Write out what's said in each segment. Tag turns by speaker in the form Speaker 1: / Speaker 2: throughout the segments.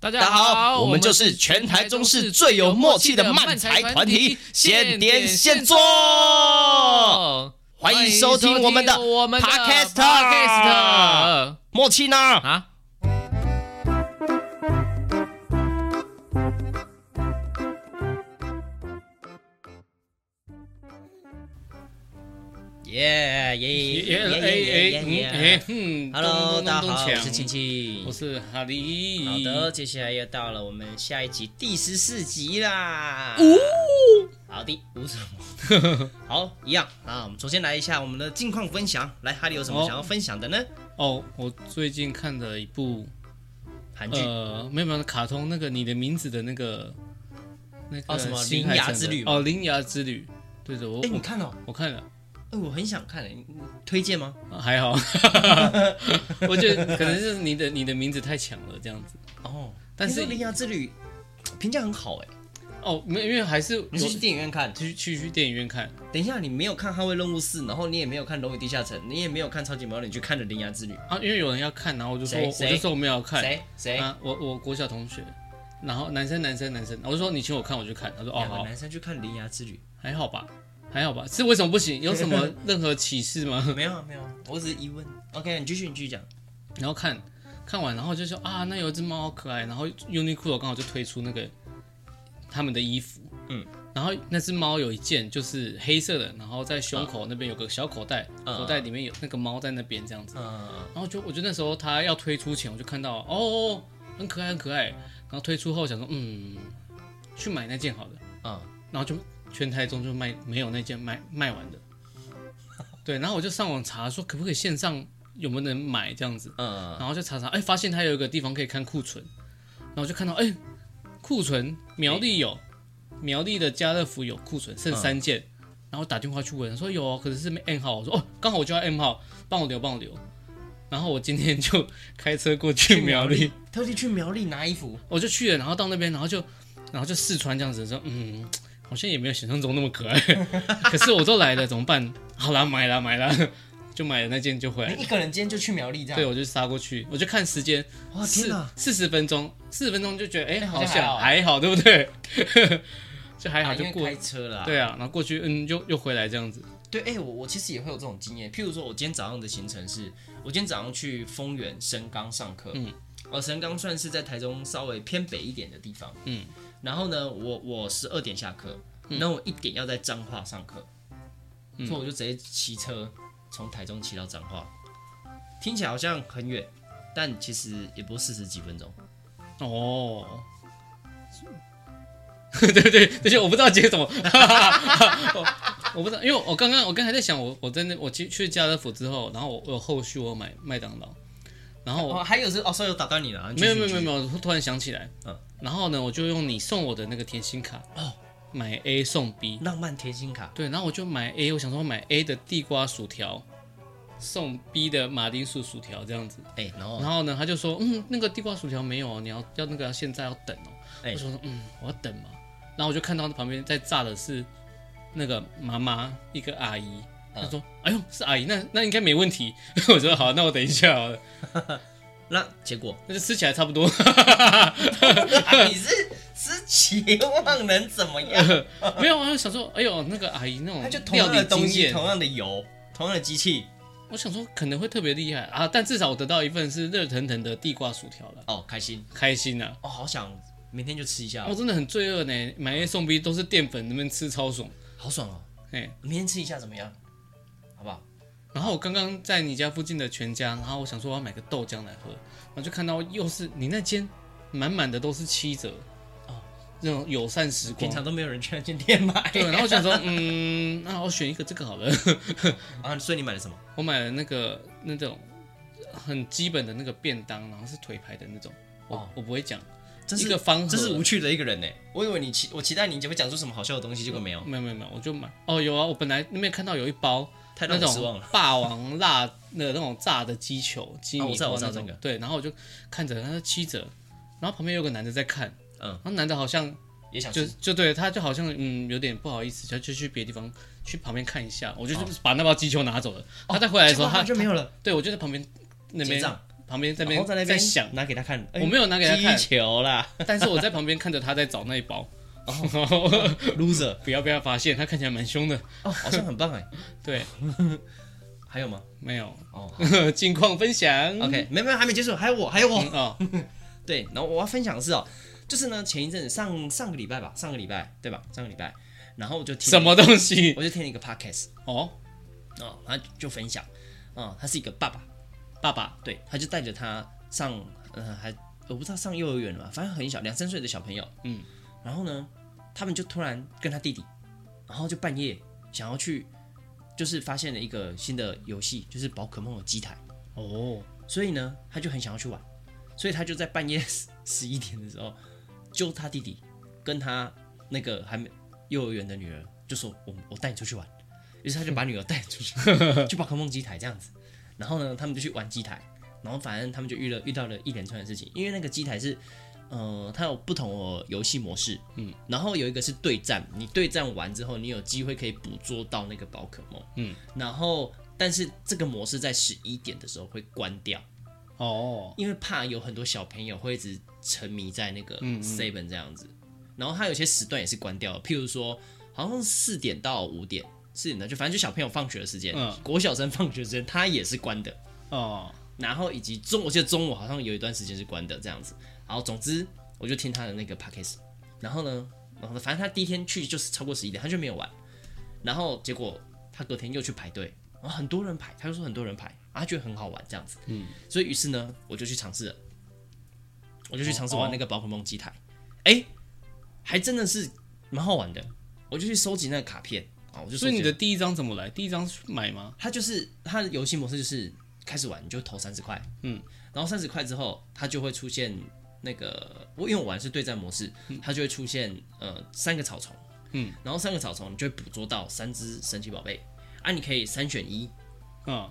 Speaker 1: 大
Speaker 2: 大
Speaker 1: 家
Speaker 2: 家好，
Speaker 1: 好，
Speaker 2: 我们就是全台中市最有默契的漫才团体，现点现做。
Speaker 1: 哦
Speaker 2: 哦欢迎收听我们的
Speaker 1: 我们的
Speaker 2: Podcast
Speaker 1: Podcast
Speaker 2: 默契呢？
Speaker 1: 啊。
Speaker 2: 耶耶耶
Speaker 1: 哎
Speaker 2: 耶耶
Speaker 1: 嗯
Speaker 2: 耶！Hello，大家好，我是青青
Speaker 1: 我。是哈利。
Speaker 2: 好的，，接下来又到了我们下一集第十四集啦。好的，五什么？ 好，一样啊。我们首先来一下我们的近况分享。来，哈利有什么
Speaker 1: 哦
Speaker 2: 想要分享的呢？
Speaker 1: 哦，我最近看了一部
Speaker 2: 韩剧
Speaker 1: 呃，没有没有，卡通那个你的名字的那个那个
Speaker 2: 哦什么
Speaker 1: 新海
Speaker 2: 铃芽
Speaker 1: 诚的
Speaker 2: 之旅吗
Speaker 1: 哦，铃芽之旅，对的，我
Speaker 2: 哎、你看哦，
Speaker 1: 我看了，
Speaker 2: 哎、我很想看、哎你你推荐吗？
Speaker 1: 啊还 好，我觉得可能是你的你的名字太强了这样子。
Speaker 2: 哦，
Speaker 1: 但是
Speaker 2: 听说《铃芽之旅》评价很好哎、
Speaker 1: 哦，没有，因为还是
Speaker 2: 你是去电影院看？
Speaker 1: 去去去电影院看，
Speaker 2: 等一下，你没有看《捍卫任务四》，然后你也没有看《龙与地下城》，你也没有看《超级马里奥》，你去看了《铃芽之旅》
Speaker 1: 啊，因为有人要看，然后我就说，
Speaker 2: 谁
Speaker 1: 我
Speaker 2: 谁
Speaker 1: 就说我没有看。
Speaker 2: 谁谁？
Speaker 1: 啊，我我国小同学，然后男生男生男生，我就说你请我看，我就看。他说哦
Speaker 2: 两个
Speaker 1: 好，
Speaker 2: 男生去看《铃芽之旅
Speaker 1: 还好吧，还好吧。是为什么不行？有什 么任何启示吗？》？
Speaker 2: 没有啊没有啊，我只是疑问。OK，你继续，你继续讲。
Speaker 1: 然后看看完，然后就说啊，那有一只猫好可爱。然后 Uniqlo 刚好就推出那个他们的衣服，
Speaker 2: 嗯，
Speaker 1: 然后那只猫有一件就是黑色的，然后在胸口那边有个小口袋，
Speaker 2: 嗯
Speaker 1: 口袋里面有那个猫在那边这样子。
Speaker 2: 嗯，
Speaker 1: 然后就我觉得那时候他要推出前，我就看到哦哦，很可爱很可爱。然后推出后想说，嗯，去买那件好了。
Speaker 2: 嗯，
Speaker 1: 然后就全台中就卖没有那件卖卖完的。对，然后我就上网查说可不可以线上有没有人买这样子，
Speaker 2: 嗯，
Speaker 1: 然后就查查，哎，发现它有一个地方可以看库存，然后就看到哎，库存苗栗有，苗栗的家乐福有库存，剩三件。然后打电话去问，说有、哦，可是是没 M 号。我说哦，刚好我就要 M 号，帮我留，帮我留。然后我今天就 开车过去苗栗，
Speaker 2: 特地去苗栗拿衣服。
Speaker 1: 我就去了，然后到那边，然后就然后就试穿这样子，说嗯，好像也没有想象中那么 可爱。可是我都来了，怎么办？好啦，买啦，买啦， 就买了那件就回来
Speaker 2: 你
Speaker 1: 了。
Speaker 2: 一个人今天就去苗栗这
Speaker 1: 对，
Speaker 2: 样？
Speaker 1: 我就杀过去，我就看时间，
Speaker 2: 哇，天
Speaker 1: 四
Speaker 2: 哪！
Speaker 1: 四十分钟，四十分钟就觉得哎、
Speaker 2: 哎好
Speaker 1: 好
Speaker 2: 像
Speaker 1: 像
Speaker 2: 还
Speaker 1: 还好，对不对？ 就还好，
Speaker 2: 啊
Speaker 1: 哎就
Speaker 2: 因为
Speaker 1: 过
Speaker 2: 开。车了啊。
Speaker 1: 对啊，然后过去，嗯，又又回来这样子。
Speaker 2: 对，哎、我我其实也会有这种经验。譬如说，我今天早上的行程是，我今天早上去丰原神冈上课，嗯，呃，神冈算是在台中稍微偏北一点的地方，嗯。然后呢，我我十二点下课，
Speaker 1: 嗯
Speaker 2: 然后我一点要在彰化上课，所以我就直接骑车从台中骑到彰化，听起来好像很远，但其实也不过四十几分钟。
Speaker 1: 哦， 对对对，就我不知道接什么， 我我不知道，因为我刚刚我刚才在想，我我在那我去去家乐福之后，然后我我有后续我有买麦当劳，然后我
Speaker 2: 哦，还有是哦，sorry，我打断你了，
Speaker 1: 没有没有没有
Speaker 2: 有，
Speaker 1: 没有，突然想起来，
Speaker 2: 嗯
Speaker 1: 然后呢，我就用你送我的那个甜心卡
Speaker 2: 哦，
Speaker 1: 买 A 送 B，
Speaker 2: 浪漫甜心卡，
Speaker 1: 对，然后我就买 A，我想说买 A 的地瓜薯条，送 B 的马铃薯薯条这样子。
Speaker 2: 哎、然后
Speaker 1: 然后呢，他就说，嗯，那个地瓜薯条没有哦，你要要那个现在要等哦。
Speaker 2: 哎
Speaker 1: 我说，嗯，我要等嘛。然后我就看到旁边在炸的是那个妈妈一个阿姨，
Speaker 2: 嗯
Speaker 1: 她说，哎呦，是阿姨，那那应该没问题。 我说好，那我等一下好了，
Speaker 2: 那结果。
Speaker 1: 那就吃起来差不多。
Speaker 2: 啊你是是期望能怎么样？
Speaker 1: 没有啊，我想说，哎呦，那个阿姨那种
Speaker 2: 它就同
Speaker 1: 料
Speaker 2: 样
Speaker 1: 理
Speaker 2: 的
Speaker 1: 经
Speaker 2: 东西，
Speaker 1: 验，
Speaker 2: 同样的油，同样的机器。
Speaker 1: 我想说可能会特别厉害啊，但至少我得到一份是热腾腾的地瓜薯条了，
Speaker 2: 哦，开心
Speaker 1: 开心啊！
Speaker 2: 哦，好想明天就吃一下
Speaker 1: 我、
Speaker 2: 哦，
Speaker 1: 真的很罪恶呢，买 A 送 B 都是淀粉，那边吃超爽，
Speaker 2: 好爽哦！
Speaker 1: 哎、
Speaker 2: 明天吃一下怎么样？好不好？
Speaker 1: 然后我刚刚在你家附近的全家，然后我想说我要买个豆浆来喝，然后就看到又是你那间满满的都是七折，哦，那种友善时
Speaker 2: 平
Speaker 1: 光。
Speaker 2: 常都没有人去那间店买。
Speaker 1: 对，然后我想说，嗯，那我选一个这个好了。
Speaker 2: 啊，所以你买了什么？
Speaker 1: 我买了那个那种很基本的那个便当，然后是腿排的那种。
Speaker 2: 哦
Speaker 1: 哦，我不会讲，
Speaker 2: 真
Speaker 1: 一
Speaker 2: 是
Speaker 1: 个方盒。
Speaker 2: 真是无趣的一个人呢。我以为你期我期待你会讲出什么好笑的东西，结果没有，
Speaker 1: 没有没有没有，我就买。哦，有啊，我本来那边看到有一包
Speaker 2: 太
Speaker 1: 那
Speaker 2: 让我失望
Speaker 1: 种
Speaker 2: 了。 哦
Speaker 1: 霸王辣的那种炸的鸡球、鸡米花
Speaker 2: 我知道我知道
Speaker 1: 那种
Speaker 2: 这个
Speaker 1: 对，然后我就看着他说七折，然后旁边有个男的在看，
Speaker 2: 嗯
Speaker 1: 然后男的好像
Speaker 2: 也想
Speaker 1: 就
Speaker 2: 吃，
Speaker 1: 就对他就好像嗯有点不好意思，就就去别的地方去旁边看一
Speaker 2: 哦
Speaker 1: 下，我就就是把那包鸡球拿走了，他再回来的时候
Speaker 2: 结果
Speaker 1: 他
Speaker 2: 就没有了。
Speaker 1: 对我就在旁边那
Speaker 2: 结
Speaker 1: 边
Speaker 2: 账
Speaker 1: 旁边在那
Speaker 2: 然后
Speaker 1: 边
Speaker 2: 在那
Speaker 1: 在
Speaker 2: 边
Speaker 1: 想，
Speaker 2: 拿给他看，哎
Speaker 1: 我没有拿给他看
Speaker 2: 击球啦
Speaker 1: 但是我在旁边看着他在找那一包，
Speaker 2: 哦，loser，
Speaker 1: 不要被他发现，他看起来蛮凶的。
Speaker 2: 哦，好像很棒哎，
Speaker 1: 对，
Speaker 2: 还有吗？
Speaker 1: 没有
Speaker 2: 哦
Speaker 1: 近况分享。
Speaker 2: ，OK，没有没有，还没结束，还有我，还有我，
Speaker 1: 嗯哦，
Speaker 2: 对，然后我要分享的是哦，就是呢，前一阵子上上个礼拜吧，上个礼拜对吧？上个礼拜，然后我就听
Speaker 1: 什么东西？
Speaker 2: 我就听了一个 podcast
Speaker 1: 哦，
Speaker 2: 哦，他就分享，嗯，他是一个爸爸，
Speaker 1: 爸爸，
Speaker 2: 对，他就带着他上，呃，还我不知道上幼儿园了吧，反正很小，两三岁的小朋友，
Speaker 1: 嗯，
Speaker 2: 然后呢，他们就突然跟他弟弟，然后就半夜想要去，就是发现了一个新的游戏，就是宝可梦的机台，
Speaker 1: 哦，
Speaker 2: 所以呢，他就很想要去玩，所以他就在半夜 十一点的时候，揪他弟弟跟他那个还没幼儿园的女儿，就说：“我我带你出去玩。”于是他就把女儿带出去， 去宝可梦机台这样子。然后呢，他们就去玩机台，然后反正他们就遇了遇到了一连串的事情，因为那个机台是。呃，它有不同的游戏模式，嗯，然后有一个是对战，你对战完之后，你有机会可以捕捉到那个宝可梦，嗯，然后但是这个模式在十一点的时候会关掉，
Speaker 1: 哦，
Speaker 2: 因为怕有很多小朋友会一直沉迷在那个 seven 这样子，然后它有些时段也是关掉的，譬如说好像四点到五点，四点到就反正就小朋友放学的时间，
Speaker 1: 嗯
Speaker 2: 国小生放学时间它也是关的，
Speaker 1: 哦，
Speaker 2: 然后以及中，我记得中午好像有一段时间是关的这样子。然后总之，我就听他的那个 podcast，然后呢，然后呢反正他第一天去就是超过十一点，他就没有玩。然后结果他隔天又去排队，然后很多人排，他就说很多人排，然后他觉得很好玩这样子。嗯，所以于是呢，我就去尝试了，我就去尝试玩
Speaker 1: 哦
Speaker 2: 那个宝可梦机台，哎、还真的是蛮好玩的。我就去收集那个卡片啊，我就收
Speaker 1: 所以
Speaker 2: 集
Speaker 1: 你
Speaker 2: 了
Speaker 1: 的第一张怎么来？第一张是买吗？
Speaker 2: 它就是它的游戏模式就是开始玩你就投三十块，嗯，然后三十块之后它就会出现那个，我因为我玩的是对战模式，它就会出现呃三个草丛，嗯，然后三个草丛你就会捕捉到三只神奇宝贝，啊，你可以三选一，
Speaker 1: 嗯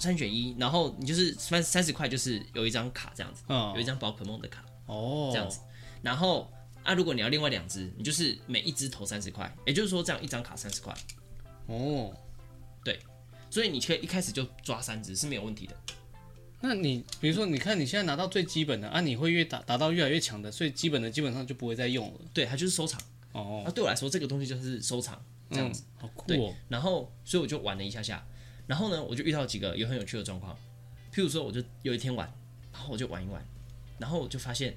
Speaker 2: 三选一，然后你就是三三十块就是有一张卡这样子，有一
Speaker 1: 嗯，
Speaker 2: 张宝可梦的卡，
Speaker 1: 哦，
Speaker 2: 这样子，然后啊如果你要另外两只，你就是每一只投三十块，也就是说这样一张卡三十块，
Speaker 1: 哦，
Speaker 2: 所以你可以一开始就抓三只是没有问题的。
Speaker 1: 那你比如说，你看你现在拿到最基本的啊，你会越打打到越来越强的，所以基本的基本上就不会再用了。
Speaker 2: 对，它就是收藏。
Speaker 1: 哦，
Speaker 2: 那对我来说，这个东西就是收藏这样子。
Speaker 1: 好酷
Speaker 2: 对
Speaker 1: 哦，，
Speaker 2: 然后所以我就玩了一下下，然后呢，我就遇到几个有很有趣的状况，譬如说，我就有一天玩，然后我就玩一玩，然后我就发现，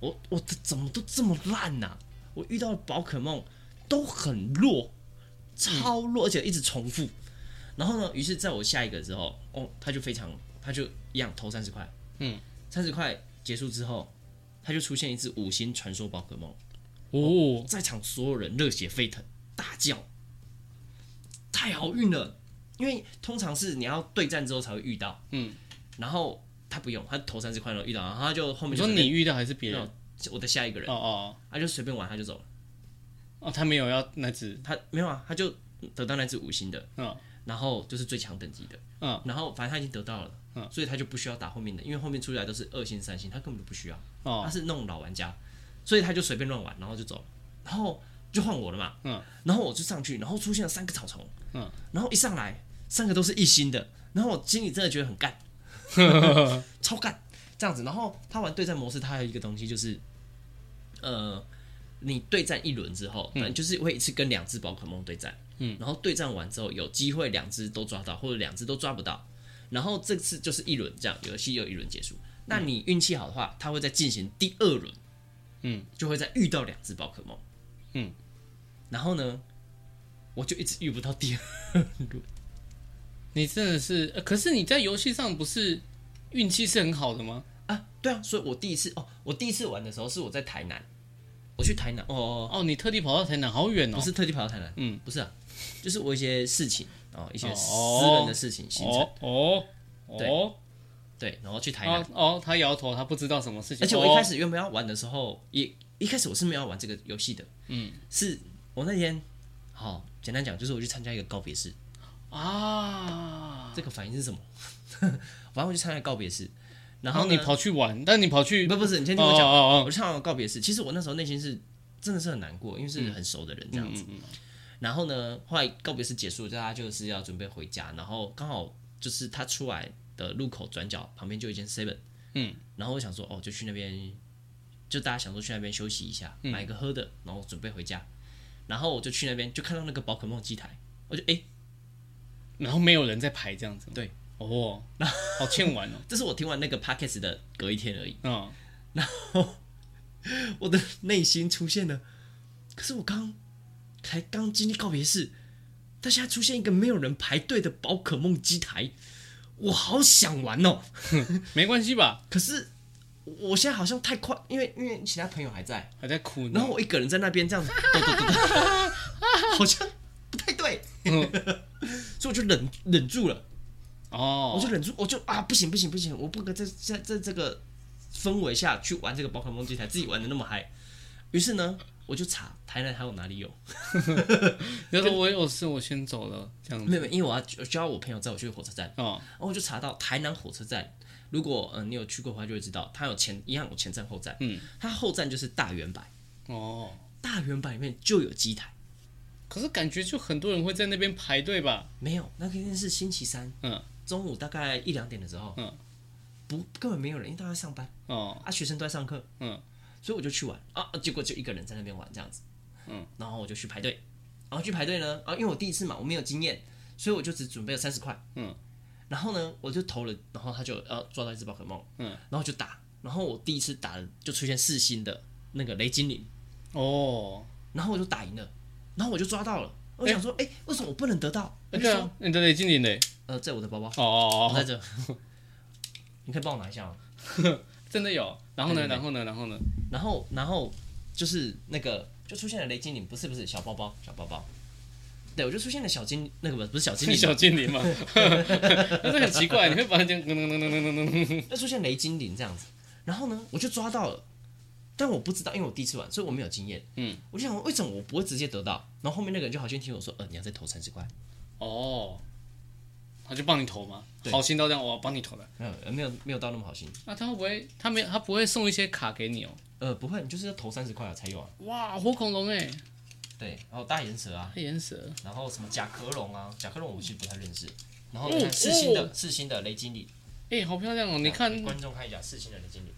Speaker 2: 我我这怎么都这么烂呐、我遇到的宝可梦都很弱，超弱，而且一直重复。然后呢，于是在我下一个之后，哦，他就非常，他就一样投三十块，
Speaker 1: 嗯，
Speaker 2: 三十块结束之后，他就出现一只五星传说宝可梦。
Speaker 1: 哦，
Speaker 2: 在场所有人热血沸腾，大叫：“太好运了！”因为通常是你要对战之后才会遇到，嗯，然后他不用，他投三十块然后遇到，然后他就后
Speaker 1: 你
Speaker 2: 面就
Speaker 1: 说
Speaker 2: 随便
Speaker 1: 你遇到还是别人？
Speaker 2: 没
Speaker 1: 哦
Speaker 2: 我的下一个人，
Speaker 1: 哦
Speaker 2: 他就随便玩他就走了，
Speaker 1: 哦，他没有要那只，
Speaker 2: 他没有啊，他就得到那只五星的，
Speaker 1: 嗯
Speaker 2: 然后就是最强等级的，
Speaker 1: 嗯，
Speaker 2: 然后反正他已经得到了，嗯，所以他就不需要打后面的，因为后面出来都是二星三星，他根本就不需要，
Speaker 1: 哦
Speaker 2: 他是那种老玩家，所以他就随便乱玩，然后就走了，然后就换我了嘛，嗯，然后我就上去，然后出现了三个草丛，嗯，然后一上来三个都是一星的，然后我心里真的觉得很干，超干这样子，然后他玩对战模式，他还有一个东西就是，呃，你对战一轮之后，反正就是会一次跟两只宝可梦对战，嗯，然后对战完之后有机会两只都抓到，或者两只都抓不到，然后这次就是一轮这样，游戏又一轮结束。那你运气好的话，它会再进行第二轮，
Speaker 1: 嗯，
Speaker 2: 就会再遇到两只宝可梦，
Speaker 1: 嗯，
Speaker 2: 然后呢，我就一直遇不到第二，
Speaker 1: 你真的是，呃可是你在游戏上不是运气是很好的吗？
Speaker 2: 啊，对啊，所以我第一次哦，我第一次玩的时候是我在台南，我去台南，哦哦，哦
Speaker 1: 哦，你特地跑到台南，好远哦。
Speaker 2: 不是特地跑到台南，
Speaker 1: 嗯，
Speaker 2: 不是啊，就是我一些事情哦，一些
Speaker 1: 哦
Speaker 2: 私人的事情行程，
Speaker 1: 哦哦
Speaker 2: 对
Speaker 1: 哦
Speaker 2: 对，然后去台南，
Speaker 1: 哦哦，他摇头，他不知道什么事情。
Speaker 2: 而且我一开
Speaker 1: 始
Speaker 2: 始原本要玩的时候，也一开始我是没有要玩这个游戏的，嗯，是我那天，好、简单讲，就是我去参加一个告别式，
Speaker 1: 啊，
Speaker 2: 这个反应是什么？ 反正我去参加告别式，
Speaker 1: 然
Speaker 2: 然
Speaker 1: 后
Speaker 2: 后
Speaker 1: 你
Speaker 2: 呢
Speaker 1: 跑去玩，但你跑去
Speaker 2: 不不是，你先听我讲，
Speaker 1: 哦哦哦
Speaker 2: 我去参加告别式，其实我那时候内心是真的是很难过，因为是很熟的人这样子。然后呢，后来告别式结束，大家就是要准备回家，然后刚好就是他出来的路口转角旁边就有一间 Seven，嗯，然后我想说哦，就去那边，就大家想说去那边休息一下，买个喝的，然后准备回家，然后我就去那边就看到那个宝可梦机台，我就哎、
Speaker 1: 然后没有人在排这样子。
Speaker 2: 对，
Speaker 1: 哦， 好欠玩哦。
Speaker 2: 这是我听完那个 Pockets 的隔一天而已，
Speaker 1: 嗯，
Speaker 2: 我的内心出现了，可是我刚才刚经历告别式，但现在出现一个没有人排队的宝可梦机台，我好想玩哦。
Speaker 1: 没关系吧？
Speaker 2: 可是我现在好像太快，因为因为其他朋友还在，
Speaker 1: 还在哭呢
Speaker 2: 然。后我一个人在那边这样子，抖抖抖抖，好像不太对， 所以我就忍忍住了，我
Speaker 1: 哦
Speaker 2: 就，忍住，我就啊不行不行不行，我不能在在在这个氛围下去玩这个宝可梦机台，自己玩的那么嗨。于是呢，我就查台南还有哪里有，
Speaker 1: 就是我有事，我先走了，这样
Speaker 2: 没
Speaker 1: 子。
Speaker 2: 有，没有因为我要我就要我朋友载我去火车站，
Speaker 1: 哦，
Speaker 2: 然后我就查到台南火车站，如果嗯、呃你有去过的话，就会知道它有前一样有前站后站，嗯，它后站就是大圆柏，
Speaker 1: 哦，
Speaker 2: 大圆柏里面就有机台，
Speaker 1: 可是感觉就很多人会在那边排队吧？
Speaker 2: 没有那天是星期三
Speaker 1: 嗯，
Speaker 2: 中午大概一两点的时候，
Speaker 1: 嗯，
Speaker 2: 不根本没有人，因为大家在上班
Speaker 1: 哦，
Speaker 2: 啊，学生都在上课，
Speaker 1: 嗯，
Speaker 2: 所以我就去玩啊，结果就一个人在那边玩这样子，嗯，然后我就去排队，然后去排队呢，啊，因为我第一次嘛，我没有经验，所以我就只准备了三十块，
Speaker 1: 嗯，
Speaker 2: 然后呢，我就投了，然后他就呃抓到一只宝可梦，
Speaker 1: 嗯，
Speaker 2: 然后就打，然后我第一次打的就出现四星的那个雷精灵，
Speaker 1: 哦，
Speaker 2: 然后我就打赢了，然后我就抓到了，我想说，哎、为什么我不能得到？
Speaker 1: 那
Speaker 2: 我就
Speaker 1: 对
Speaker 2: 说，
Speaker 1: 啊，你的雷精灵嘞？
Speaker 2: 呃，在我的包包，
Speaker 1: 哦哦哦
Speaker 2: 我在这， 你可以帮我拿一下吗？
Speaker 1: 哦，真的有。然后呢？
Speaker 2: 对对对
Speaker 1: 然后呢？然后呢？
Speaker 2: 然后然后就是那个就出现了雷精灵，不是不是小包包小包包，对我就出现了小精那个不不是小精 灵，
Speaker 1: 小精灵嘛，但是很奇怪，你会把它这样噔噔噔噔噔噔噔噔，
Speaker 2: 就出现雷精灵这样子，然后呢我就抓到了。但我不知道，因为我第一次玩，所以我没有经验。
Speaker 1: 嗯，
Speaker 2: 我就想为什么我不会直接得到？然后后面那个人就好心提醒我说：“呃，你要再投三十块。
Speaker 1: 哦，他就帮你投嘛，
Speaker 2: 对
Speaker 1: 好心到这样，我帮你投了。”
Speaker 2: 没有，呃没有，没有到那么好心。
Speaker 1: 那他会不会，他没，他不会送一些卡给你哦？
Speaker 2: 呃，不会，你就是要投三十块啊才有啊。
Speaker 1: 哇，火恐龙哎，
Speaker 2: 对，然后大眼蛇啊，
Speaker 1: 太眼死了。
Speaker 2: 然后什么甲壳龙啊，甲壳龙我其实不太认识。然后
Speaker 1: 嗯
Speaker 2: 你看四星
Speaker 1: 哦
Speaker 2: 的四星的雷精灵，
Speaker 1: 哎、好漂亮哦！你看
Speaker 2: 给观众看一下四星的雷精灵，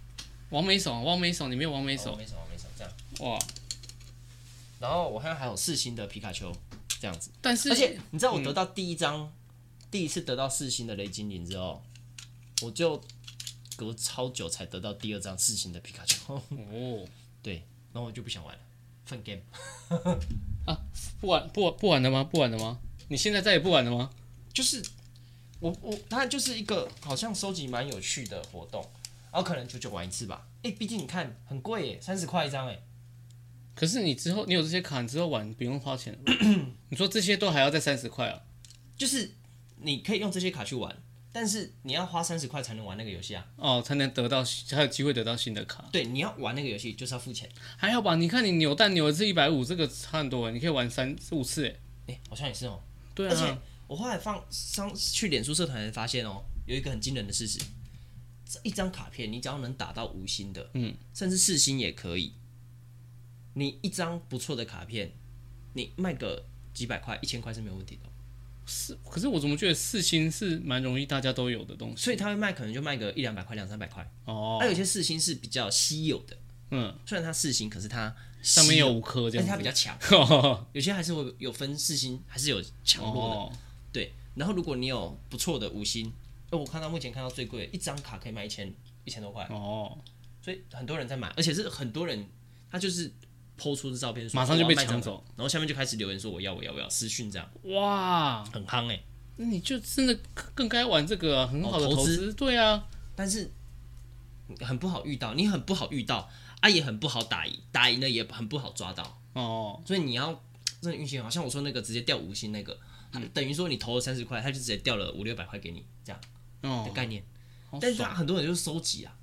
Speaker 1: 王美手，王美手，你没有王美
Speaker 2: 哦
Speaker 1: 手，
Speaker 2: 没什么没什么这样。
Speaker 1: 哇！
Speaker 2: 然后我看还有四星的皮卡丘这样子，
Speaker 1: 但是
Speaker 2: 而且你知道我得到第一张，第一次得到四星的雷精灵之后，我就隔超久才得到第二张四星的皮卡丘，
Speaker 1: 哦
Speaker 2: 对，然后我就不想玩了，分 game，
Speaker 1: 啊，不玩不玩不玩了吗？不玩了吗？你现在再也不玩了吗？
Speaker 2: 就是我我它就是一个好像收集蛮有趣的活动，然后可能久久玩一次吧，诶，毕竟你看很贵耶，三十块一张诶，
Speaker 1: 可是你之后你有这些卡，你之后玩不用花钱 了吧你说这些都还要再三十块啊？
Speaker 2: 就是你可以用这些卡去玩，但是你要花三十块才能玩那个游戏啊，
Speaker 1: 哦，才能得到才有机会得到新的卡。
Speaker 2: 对，你要玩那个游戏就是要付钱。
Speaker 1: 还好吧？你看你扭蛋扭一次一百五，这个差很多，你可以玩三四五次哎。
Speaker 2: 哎、好像也是哦。
Speaker 1: 对
Speaker 2: 而且
Speaker 1: 啊，
Speaker 2: 我后来放上去脸书社团，发现哦，有一个很惊人的事实：这一张卡片，你只要能打到五星的，嗯，甚至四星也可以。你一张不错的卡片，你卖个几百块、一千块是没有问题的哦。
Speaker 1: 是，可是我怎么觉得四星是蛮容易大家都有的东西
Speaker 2: 所以他会卖，可能就卖个一两百块、两三百块。
Speaker 1: 哦
Speaker 2: 还、。有一些四星是比较稀有的，
Speaker 1: 嗯，
Speaker 2: 虽然它四星，可是它
Speaker 1: 上面有
Speaker 2: 稀
Speaker 1: 五颗这
Speaker 2: 但是它
Speaker 1: 样
Speaker 2: 比
Speaker 1: 子。
Speaker 2: 较强。 有些还是会有分四星，还是有强弱的。
Speaker 1: 哦，
Speaker 2: 对，然后如果你有不错的五星，呃，我看到目前看到最贵的一张卡可以卖一千一千多块，
Speaker 1: 哦，
Speaker 2: 所以很多人在买，而且是很多人他就是抛出这照片说，
Speaker 1: 马上就被
Speaker 2: 我要卖
Speaker 1: 抢
Speaker 2: 这
Speaker 1: 走
Speaker 2: 张，然后下面就开始留言说我要我要我要私讯这样，
Speaker 1: 哇！
Speaker 2: 很夯哎、
Speaker 1: 那你就真的更该玩这个啊、很好的
Speaker 2: 哦投资
Speaker 1: 资。对啊，
Speaker 2: 但是很不好遇到，你很不好遇到啊，也很不好打赢，打赢了也很不好抓到，
Speaker 1: 哦，
Speaker 2: 所以你要真的运气很好，像我说那个直接掉五星那个，他
Speaker 1: 嗯
Speaker 2: 等于说你投了三十块，他就直接掉了五六百块给你这样的
Speaker 1: 哦，
Speaker 2: 概念，
Speaker 1: 好
Speaker 2: 哎但是
Speaker 1: 爽
Speaker 2: 他很多人就是收集啊。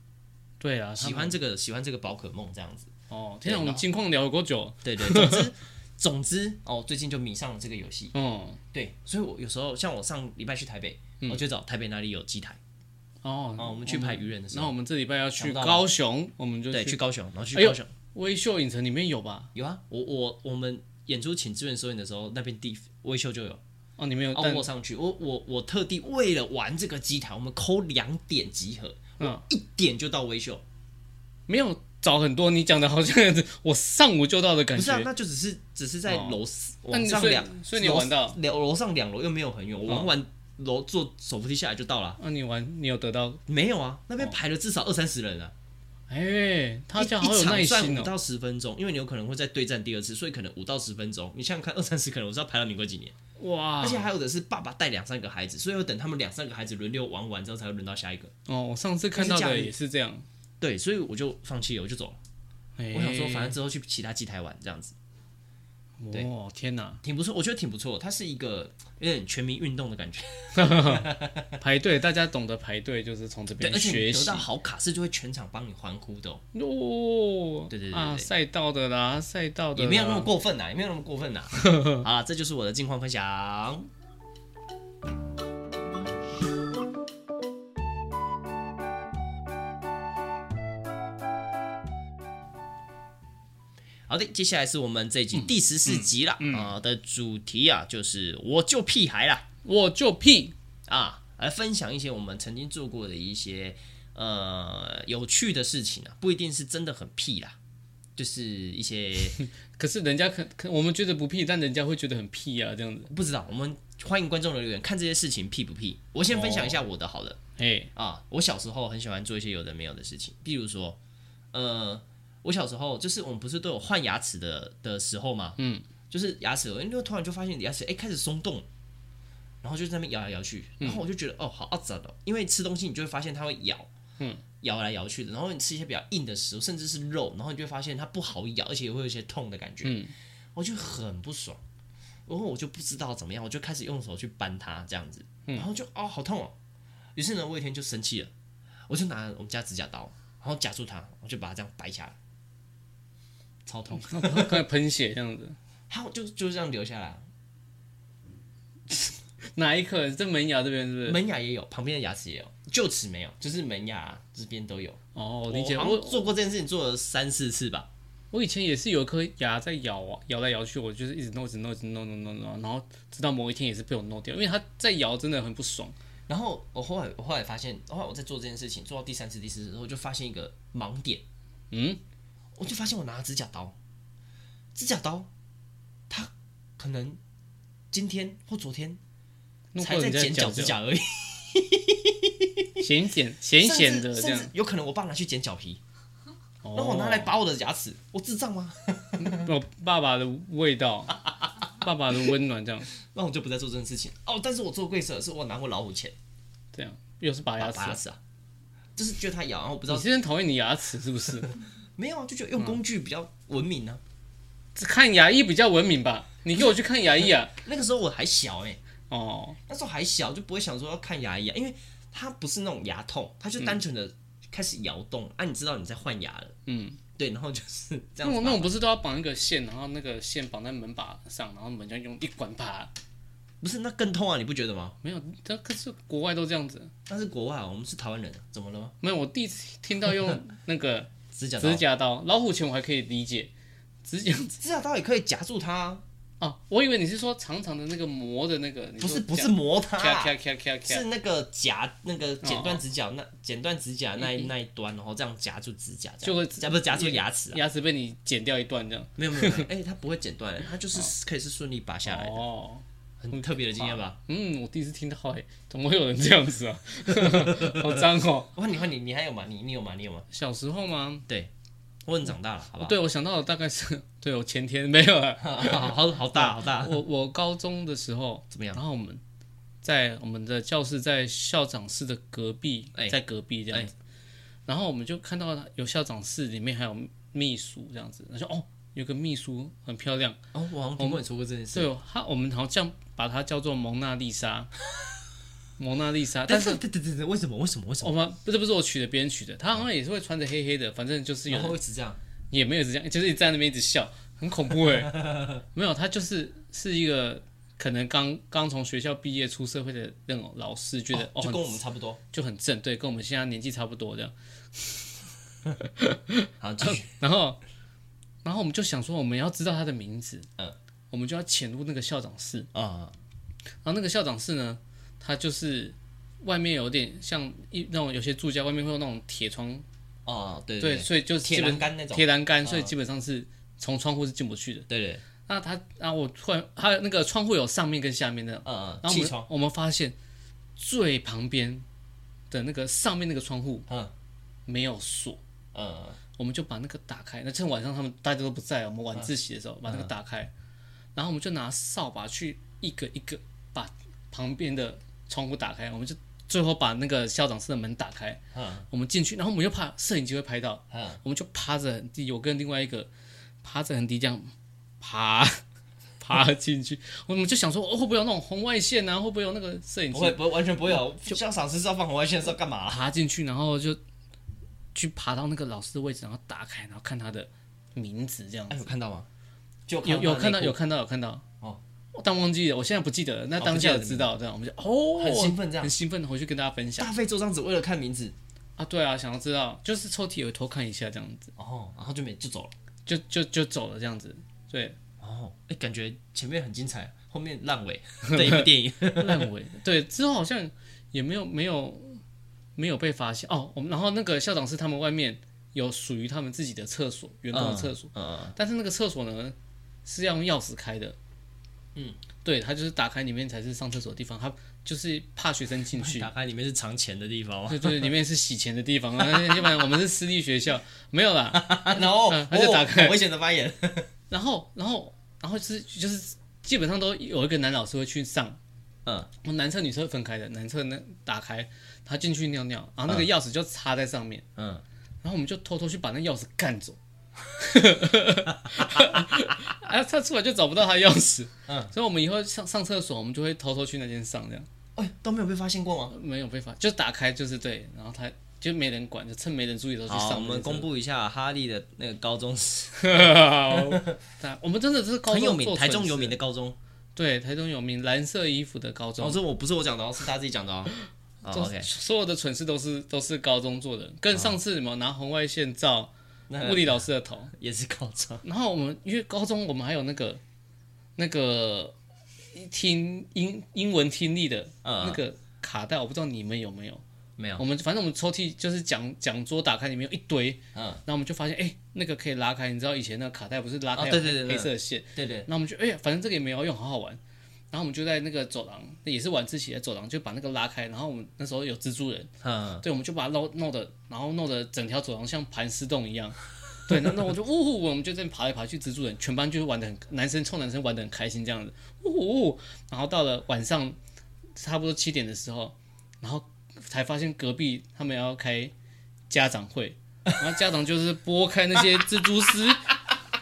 Speaker 1: 对啊，
Speaker 2: 喜欢这个喜欢这个宝可梦这样子。
Speaker 1: 他们哦。天啊，我们近况聊了多久？
Speaker 2: 对对，总 之总之哦，最近就迷上了这个游戏。
Speaker 1: 嗯，
Speaker 2: 对，所以我有时候像我上礼拜去台北，我就找台北哪里有机台，
Speaker 1: 哦，
Speaker 2: 嗯哦，我们去拍愚人的时
Speaker 1: 那
Speaker 2: 候，
Speaker 1: 我们这礼拜要去
Speaker 2: 想不到吧
Speaker 1: 高雄，我们就
Speaker 2: 对，去
Speaker 1: 去
Speaker 2: 高雄，然后去
Speaker 1: 哎呦
Speaker 2: 高雄
Speaker 1: 微秀影城里面有吧？
Speaker 2: 有啊，我我我们演出请志愿收影的时候，那边地微秀就有，
Speaker 1: 啊、哦，你没有，
Speaker 2: 啊，
Speaker 1: 但
Speaker 2: 我上去，我我我特地为了玩这个机台，我们抠两点集合，
Speaker 1: 嗯
Speaker 2: 一点就到维修，
Speaker 1: 没有找很多。你讲的好像 我上午就到的感
Speaker 2: 不是啊，
Speaker 1: 觉。哦
Speaker 2: 那就只是只是在楼四
Speaker 1: 那
Speaker 2: 往
Speaker 1: 你
Speaker 2: 上
Speaker 1: 所以
Speaker 2: 两，
Speaker 1: 所以你有玩到哦
Speaker 2: 楼楼上两楼又没有很远，我玩完楼坐手扶梯下来就到了啊，
Speaker 1: 那、你玩你有得到？
Speaker 2: 没有啊，那边排了至少二三十人啊，
Speaker 1: 哎、哦他
Speaker 2: 一
Speaker 1: 家好有耐
Speaker 2: 一场算
Speaker 1: 心
Speaker 2: 五
Speaker 1: 哦、
Speaker 2: 到十分钟，因为你有可能会再对战第二次，所以可能五到十分钟。你想想看，二三十可能我是要排到民国几年，而且
Speaker 1: 哇！
Speaker 2: 还有的是爸爸带两三个孩子，所以要等他们两三个孩子轮流玩完之后才会轮到下一个。
Speaker 1: 哦，我上次看到
Speaker 2: 那是
Speaker 1: 的
Speaker 2: 假日
Speaker 1: 也是这样。
Speaker 2: 对，所以我就放弃了，我就走了。
Speaker 1: 哎
Speaker 2: 我想说，反正之后去其他机台玩这样子，对
Speaker 1: 哦，天哪，
Speaker 2: 挺不错，我觉得挺不错。它是一个有点全民运动的感觉，
Speaker 1: 排队，大家懂得排队就是从这
Speaker 2: 对，
Speaker 1: 边
Speaker 2: 而且
Speaker 1: 学
Speaker 2: 你得
Speaker 1: 习
Speaker 2: 到好卡是就会全场帮你欢呼的、哦，
Speaker 1: 哦。
Speaker 2: 对对对对
Speaker 1: 啊，
Speaker 2: 对
Speaker 1: 赛道的啦，赛道的
Speaker 2: 也没有那么
Speaker 1: 啦
Speaker 2: 过分啊呐、也没有那么过分呐、 好啦，这就是我的近况分享。好的，接下来是我们这一集
Speaker 1: 嗯
Speaker 2: 第十四集啦，啊、的主题啊，就是我就屁孩啦
Speaker 1: 我就屁
Speaker 2: 啊，来分享一些我们曾经做过的一些呃有趣的事情啊，不一定是真的很屁啦，就是一些
Speaker 1: 可是人家可可，我们觉得不屁，但人家会觉得很屁啊，这样子。
Speaker 2: 不知道，我们欢迎观众的留言，看这些事情屁不屁。我先分享一下我的好了、
Speaker 1: 哎，
Speaker 2: 啊，我小时候很喜欢做一些有的没有的事情，比如说，呃，我小时候就是我们不是都有换牙齿的的时候嘛，嗯，就是牙齿，因为突然就发现你的牙齿哎、开始松动，然后就在那边摇来摇去，然后我就觉得、哦好肮脏哦，因为吃东西你就会发现它会咬，嗯，摇来摇去的，然后你吃一些比较硬的食物，甚至是肉，然后你就会发现它不好咬，而且也会有一些痛的感觉，嗯，我就很不爽。然后我就不知道怎么样，我就开始用手去扳它这样子，然后就哦好痛哦。于是呢，我有一天就生气了，我就拿我们家指甲刀，然后夹住它，我就把它这样掰下来，超痛，
Speaker 1: 那不快喷血这样子。
Speaker 2: 它就就这样流下来，
Speaker 1: 哪一颗？这门牙这边是不是？
Speaker 2: 门牙也有，旁边的牙齿也有，臼齿没有，就是门牙这边都有。
Speaker 1: 哦，我
Speaker 2: 我
Speaker 1: 理解。
Speaker 2: 好像
Speaker 1: 我
Speaker 2: 做过这件事情做了三四次吧，
Speaker 1: 我以前也是有一颗牙在咬啊，咬来咬去，我就是一直弄，一直弄，一直弄，弄弄弄，然后直到某一天也是被我弄掉，因为它在咬真的很不爽。
Speaker 2: 然后我后来我后来发现，后来我在做这件事情做到第三次、第四次之后，就发现一个盲点，
Speaker 1: 嗯，
Speaker 2: 我就发现我拿了指甲刀，指甲刀，它可能今天或昨天
Speaker 1: 弄
Speaker 2: 才
Speaker 1: 过
Speaker 2: 在
Speaker 1: 人家的
Speaker 2: 剪脚趾
Speaker 1: 角，
Speaker 2: 甲而已，
Speaker 1: 咸咸咸咸的
Speaker 2: 甚
Speaker 1: 这
Speaker 2: 至甚
Speaker 1: 样哦
Speaker 2: 至。有可能我爸拿去剪脚皮，
Speaker 1: 然
Speaker 2: 然后我拿来拔我的牙齿，我智障吗？
Speaker 1: 我爸爸的味道，爸爸的温暖这样，
Speaker 2: 那我就不再做这件事情哦。但是我做过一次，是我拿过老虎钳
Speaker 1: 这样又是拔
Speaker 2: 拔
Speaker 1: 牙齿
Speaker 2: 拔牙。齿啊，就是觉得它咬，然后我不知
Speaker 1: 你
Speaker 2: 道
Speaker 1: 是很讨厌你牙齿是不是？
Speaker 2: 没有啊，就觉得用工具比较文明啊呢、
Speaker 1: 看牙医比较文明吧， 你给我去看牙医啊。
Speaker 2: 那个时候我还小哎、
Speaker 1: 哦，
Speaker 2: 那时候还小，就不会想说要看牙医啊，因为它不是那种牙痛，它就单纯的开始摇动、啊，你知道你在换牙了，
Speaker 1: 嗯，
Speaker 2: 对，然后就是
Speaker 1: 那
Speaker 2: 这样
Speaker 1: 嗯
Speaker 2: 子
Speaker 1: 我
Speaker 2: 吧。
Speaker 1: 那我不是都要绑一个线，然后那个线绑在门把上，然后门就用一管把。
Speaker 2: 不是那更痛啊，你不觉得吗？
Speaker 1: 没有，这可是国外都这样子。
Speaker 2: 但是国外啊，我们是台湾人啊，怎么了吗？
Speaker 1: 没有，我第一次听到用那个
Speaker 2: 指甲刀，
Speaker 1: 指甲刀，老虎钳我还可以理解，指甲
Speaker 2: 指甲刀也可以夹住它啊，
Speaker 1: 哦，我以为你是说长长的那个磨的那个，你
Speaker 2: 不是
Speaker 1: 说
Speaker 2: 不是
Speaker 1: 夹
Speaker 2: 磨它啊、
Speaker 1: 咔咔咔咔
Speaker 2: 是
Speaker 1: 咔，
Speaker 2: 那个夹那个剪断指甲那剪断指甲那一那一端，然后这样夹住嗯指甲，这
Speaker 1: 就会
Speaker 2: 样夹不是夹住牙齿啊？
Speaker 1: 牙齿被你剪掉一段这样。
Speaker 2: 没有没有，没有 哦哎，它不会剪断，它就是可以是顺利拔下来的，
Speaker 1: 哦，
Speaker 2: 很特别的经验吧？
Speaker 1: 嗯，我第一次听到哎、怎么会有人这样 子啊？好脏哦！
Speaker 2: 换你换你，你还有吗？你你有吗？你有吗？
Speaker 1: 小时候吗？
Speaker 2: 嗯对，我很长大了，好吧？
Speaker 1: 对，我想到的大概是，对我前天没有啊了。
Speaker 2: 好 好好大好大，
Speaker 1: 我我高中的时候，
Speaker 2: 怎么样？
Speaker 1: 然后我们在我们的教室，在校长室的隔壁，
Speaker 2: 哎
Speaker 1: 在隔壁这样子。然后我们就看到有校长室里面还有秘书这样子，然后就哦，有个秘书很漂亮，
Speaker 2: 哦，我好像听过你说过这件事。
Speaker 1: 对哦，她我们好像把她叫做蒙娜丽莎，蒙娜丽莎，但是。
Speaker 2: 是哦对对对对，为什么为什么为什
Speaker 1: 我
Speaker 2: 么？
Speaker 1: 们不是不是我取的，别人取的。她好像也是会穿着黑黑的，反正就是有
Speaker 2: 然哦后一直这样，
Speaker 1: 也没有一直这样，就是一直在那边一直笑，很恐怖哎、 没有，他就是是一个可能刚刚从学校毕业出社会的那种老师，觉得哦
Speaker 2: 哦就
Speaker 1: 很
Speaker 2: 跟我们差不多。
Speaker 1: 就很正，对，跟我们现在年纪差不多这样。
Speaker 2: 好，继续。
Speaker 1: 然后，然后我们就想说，我们要知道他的名字，
Speaker 2: 嗯，
Speaker 1: 我们就要潜入那个校长室，
Speaker 2: 啊，
Speaker 1: 然后那个校长室呢，它就是外面有点像一那种有些住家外面会有那种铁窗，
Speaker 2: 哦，对
Speaker 1: 对，
Speaker 2: 对，
Speaker 1: 所以就是基
Speaker 2: 铁
Speaker 1: 本
Speaker 2: 栏杆那种，嗯
Speaker 1: 铁栏杆，所以基本上是从窗户是进不去的。
Speaker 2: 对对，
Speaker 1: 那他，然后我突然，他那个窗户有上面跟下面的，
Speaker 2: 嗯嗯，
Speaker 1: 然后我
Speaker 2: 气
Speaker 1: 们
Speaker 2: 窗，
Speaker 1: 我们发现最旁边的那个上面那个窗户
Speaker 2: 嗯
Speaker 1: 没有锁，
Speaker 2: 嗯
Speaker 1: 我们就把那个打开。那趁晚上他们大家都不在，我们晚自习的时候把
Speaker 2: 嗯
Speaker 1: 那个打开，然后我们就拿扫把去一个一个把旁边的窗户打开，我们就最后把那个校长室的门打开，
Speaker 2: 嗯
Speaker 1: 我们进去，然后我们又怕摄影机会拍到，
Speaker 2: 嗯，
Speaker 1: 我们就趴着很低，我跟另外一个趴着很低这样 爬爬进去，我们就想说、哦、会不会有那种红外线啊，会不会有那个摄影
Speaker 2: 不
Speaker 1: 机
Speaker 2: 会不会完全不会哦有，嗯像赏识是要放红外线的时候干嘛？
Speaker 1: 爬进去，然后就去爬到那个老师的位置，然后打开，然后看他的名字这样
Speaker 2: 哎，。有看到吗？就
Speaker 1: 有有看
Speaker 2: 到
Speaker 1: 到
Speaker 2: 内
Speaker 1: 有
Speaker 2: 裤
Speaker 1: 看到有看到
Speaker 2: 哦，
Speaker 1: 但忘记了，我现在不记得了。那
Speaker 2: 哦
Speaker 1: 当
Speaker 2: 不记
Speaker 1: 下
Speaker 2: 得
Speaker 1: 有知道，这样我们就哦，
Speaker 2: 很兴奋这样
Speaker 1: 很兴奋，回去跟大家分享
Speaker 2: 大费周章只为了看名字，
Speaker 1: 啊。对啊，想要知道，就是抽屉有偷看一下这样子，
Speaker 2: 哦，然后就没就走了，
Speaker 1: 就就就走了这样子。对，
Speaker 2: 哦，哎，感觉前面很精彩，后面烂 尾的一部电影，
Speaker 1: 烂尾。对，之后好像也没有没有没有被发现哦。我们然后那个校长室他们外面有属于他们自己的厕所，员工的厕所，
Speaker 2: 嗯，嗯，
Speaker 1: 但是那个厕所呢是要用钥匙开的。
Speaker 2: 嗯，
Speaker 1: 对，他就是打开里面才是上厕所的地方，他就是怕学生进
Speaker 2: 嗯
Speaker 1: 去。
Speaker 2: 打开里面是藏钱的地 方吗？
Speaker 1: 对对，里面是洗钱的地方， 要不然我们是私立学校，没有啦。
Speaker 2: 然后
Speaker 1: 嗯他就打开
Speaker 2: 哦危险的发言，
Speaker 1: 然后，然后，然后就是就是基本上都有一个男老师会去上，哦
Speaker 2: 嗯，
Speaker 1: 男厕女厕分开的，男厕那打开，他进去尿尿，然后那个钥匙就插在上面，
Speaker 2: 嗯，
Speaker 1: 然后我们就偷偷去把那钥匙干走， 啊，他出来就找不到他钥匙，
Speaker 2: 嗯，
Speaker 1: 所以我们以后上上厕所，我们就会偷偷去那间上，这样哦
Speaker 2: 哎，都没有被发现过吗？
Speaker 1: 没有被发，就打开就是对，然后他就没人管，就趁没人注意的时候去
Speaker 2: 好，
Speaker 1: 上。
Speaker 2: 哦我们公，布一下哈利的那个高中是
Speaker 1: 对，我们真的是高中
Speaker 2: 很有名，
Speaker 1: 做
Speaker 2: 台
Speaker 1: 蠢
Speaker 2: 中有
Speaker 1: 事
Speaker 2: 名的高中。
Speaker 1: 对，台中有名蓝色衣服的高中
Speaker 2: 哦，，这我不是我讲的哦，是他自己讲的哦。哦
Speaker 1: 都
Speaker 2: OK，哦
Speaker 1: 所有的蠢事都是都是高中做的，跟上次什么拿红外线照
Speaker 2: 那
Speaker 1: 物理老师的头，
Speaker 2: 也是高中。
Speaker 1: 然后我们因为高中我们还有那个那个听英英文听力的
Speaker 2: 嗯
Speaker 1: 那个卡带，我不知道你们有没有？
Speaker 2: 没有，
Speaker 1: 我们反正我们抽屉就是讲讲桌打开里面有一堆，
Speaker 2: 嗯，
Speaker 1: 然后我们就发现哎、那个可以拉开，你知道以前那个卡带不是拉开
Speaker 2: 哦
Speaker 1: 有
Speaker 2: 对对对
Speaker 1: 黑
Speaker 2: 对
Speaker 1: 黑色的线，
Speaker 2: 对对，
Speaker 1: 然后我们就哎、呀，反正这个也没有用，好好玩。然后我们就在那个走廊，那也是晚自习的走廊，就把那个拉开。然后我们那时候有蜘蛛人。
Speaker 2: 嗯，
Speaker 1: 对，我们就把它弄弄的，然后弄得整条走廊像盘丝洞一样。 对，那那我就呜呼，我们就这样爬来爬去，蜘蛛人全班就是玩的很，男生冲男生玩的很开心这样子，呜呼呜。然后到了晚上差不多七点的时候，然后才发现隔壁他们要开家长会，然后家长就是拨开那些蜘蛛丝，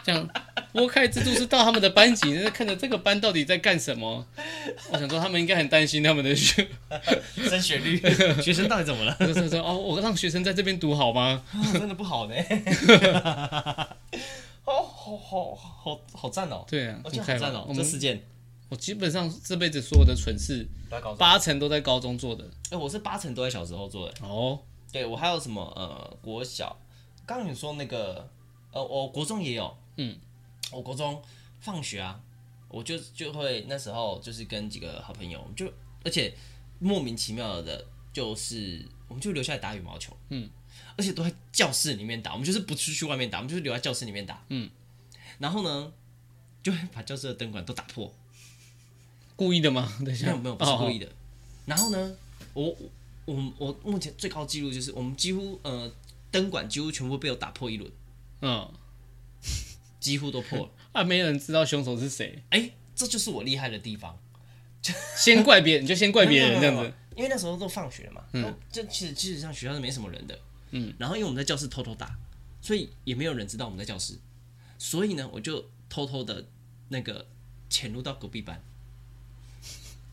Speaker 1: 这样拨开蜘蛛丝到他们的班级，那看着这个班到底在干什么。我想说他们应该很担心他们的学
Speaker 2: 升学率， 学生到底怎 么了？
Speaker 1: 我就说哦，我让学生在这边读好吗？
Speaker 2: 啊真的不好呢。 哦，好好好好赞哦，
Speaker 1: 对啊，
Speaker 2: 我
Speaker 1: 很
Speaker 2: 觉得
Speaker 1: 开
Speaker 2: 好
Speaker 1: 心
Speaker 2: 赞哦
Speaker 1: 我。
Speaker 2: 这
Speaker 1: 们
Speaker 2: 事件
Speaker 1: 我基本上这辈子所有的蠢事，
Speaker 2: 都在高中。
Speaker 1: 八成都在高中做的。
Speaker 2: 哎，我是八成都在小时候做的。
Speaker 1: 哦，
Speaker 2: 对我还有什么呃国小，刚刚你说那个呃我国中也有，
Speaker 1: 嗯，
Speaker 2: 我国中放学啊，我就就会那时候就是跟几个好朋友，我们就而且莫名其妙的，就是我们就留下来打羽毛球，嗯，而且都在教室里面打，我们就是不出去外面打，我们就是留在教室里面打，嗯，然后呢就会把教室的灯管都打破，
Speaker 1: 故意的吗？等一
Speaker 2: 没
Speaker 1: 下，
Speaker 2: 有没有，不是故意
Speaker 1: 哦。
Speaker 2: 的。然后呢，我我我我目前最高纪录就是我们几乎呃灯管几乎全部被我打破一轮，
Speaker 1: 嗯，
Speaker 2: 几乎都破了。
Speaker 1: 啊，没人知道凶手是谁，
Speaker 2: 哎、这就是我厉害的地方。
Speaker 1: 先怪别人，你就先怪别人这样
Speaker 2: 没有没有没有没
Speaker 1: 子
Speaker 2: 有。因为那时候都放学了嘛，嗯，这其实其实上学校是没什么人的，嗯，然后因为我们在教室偷偷打，所以也没有人知道我们在教室，所以呢，我就偷偷的那个潜入到隔壁班，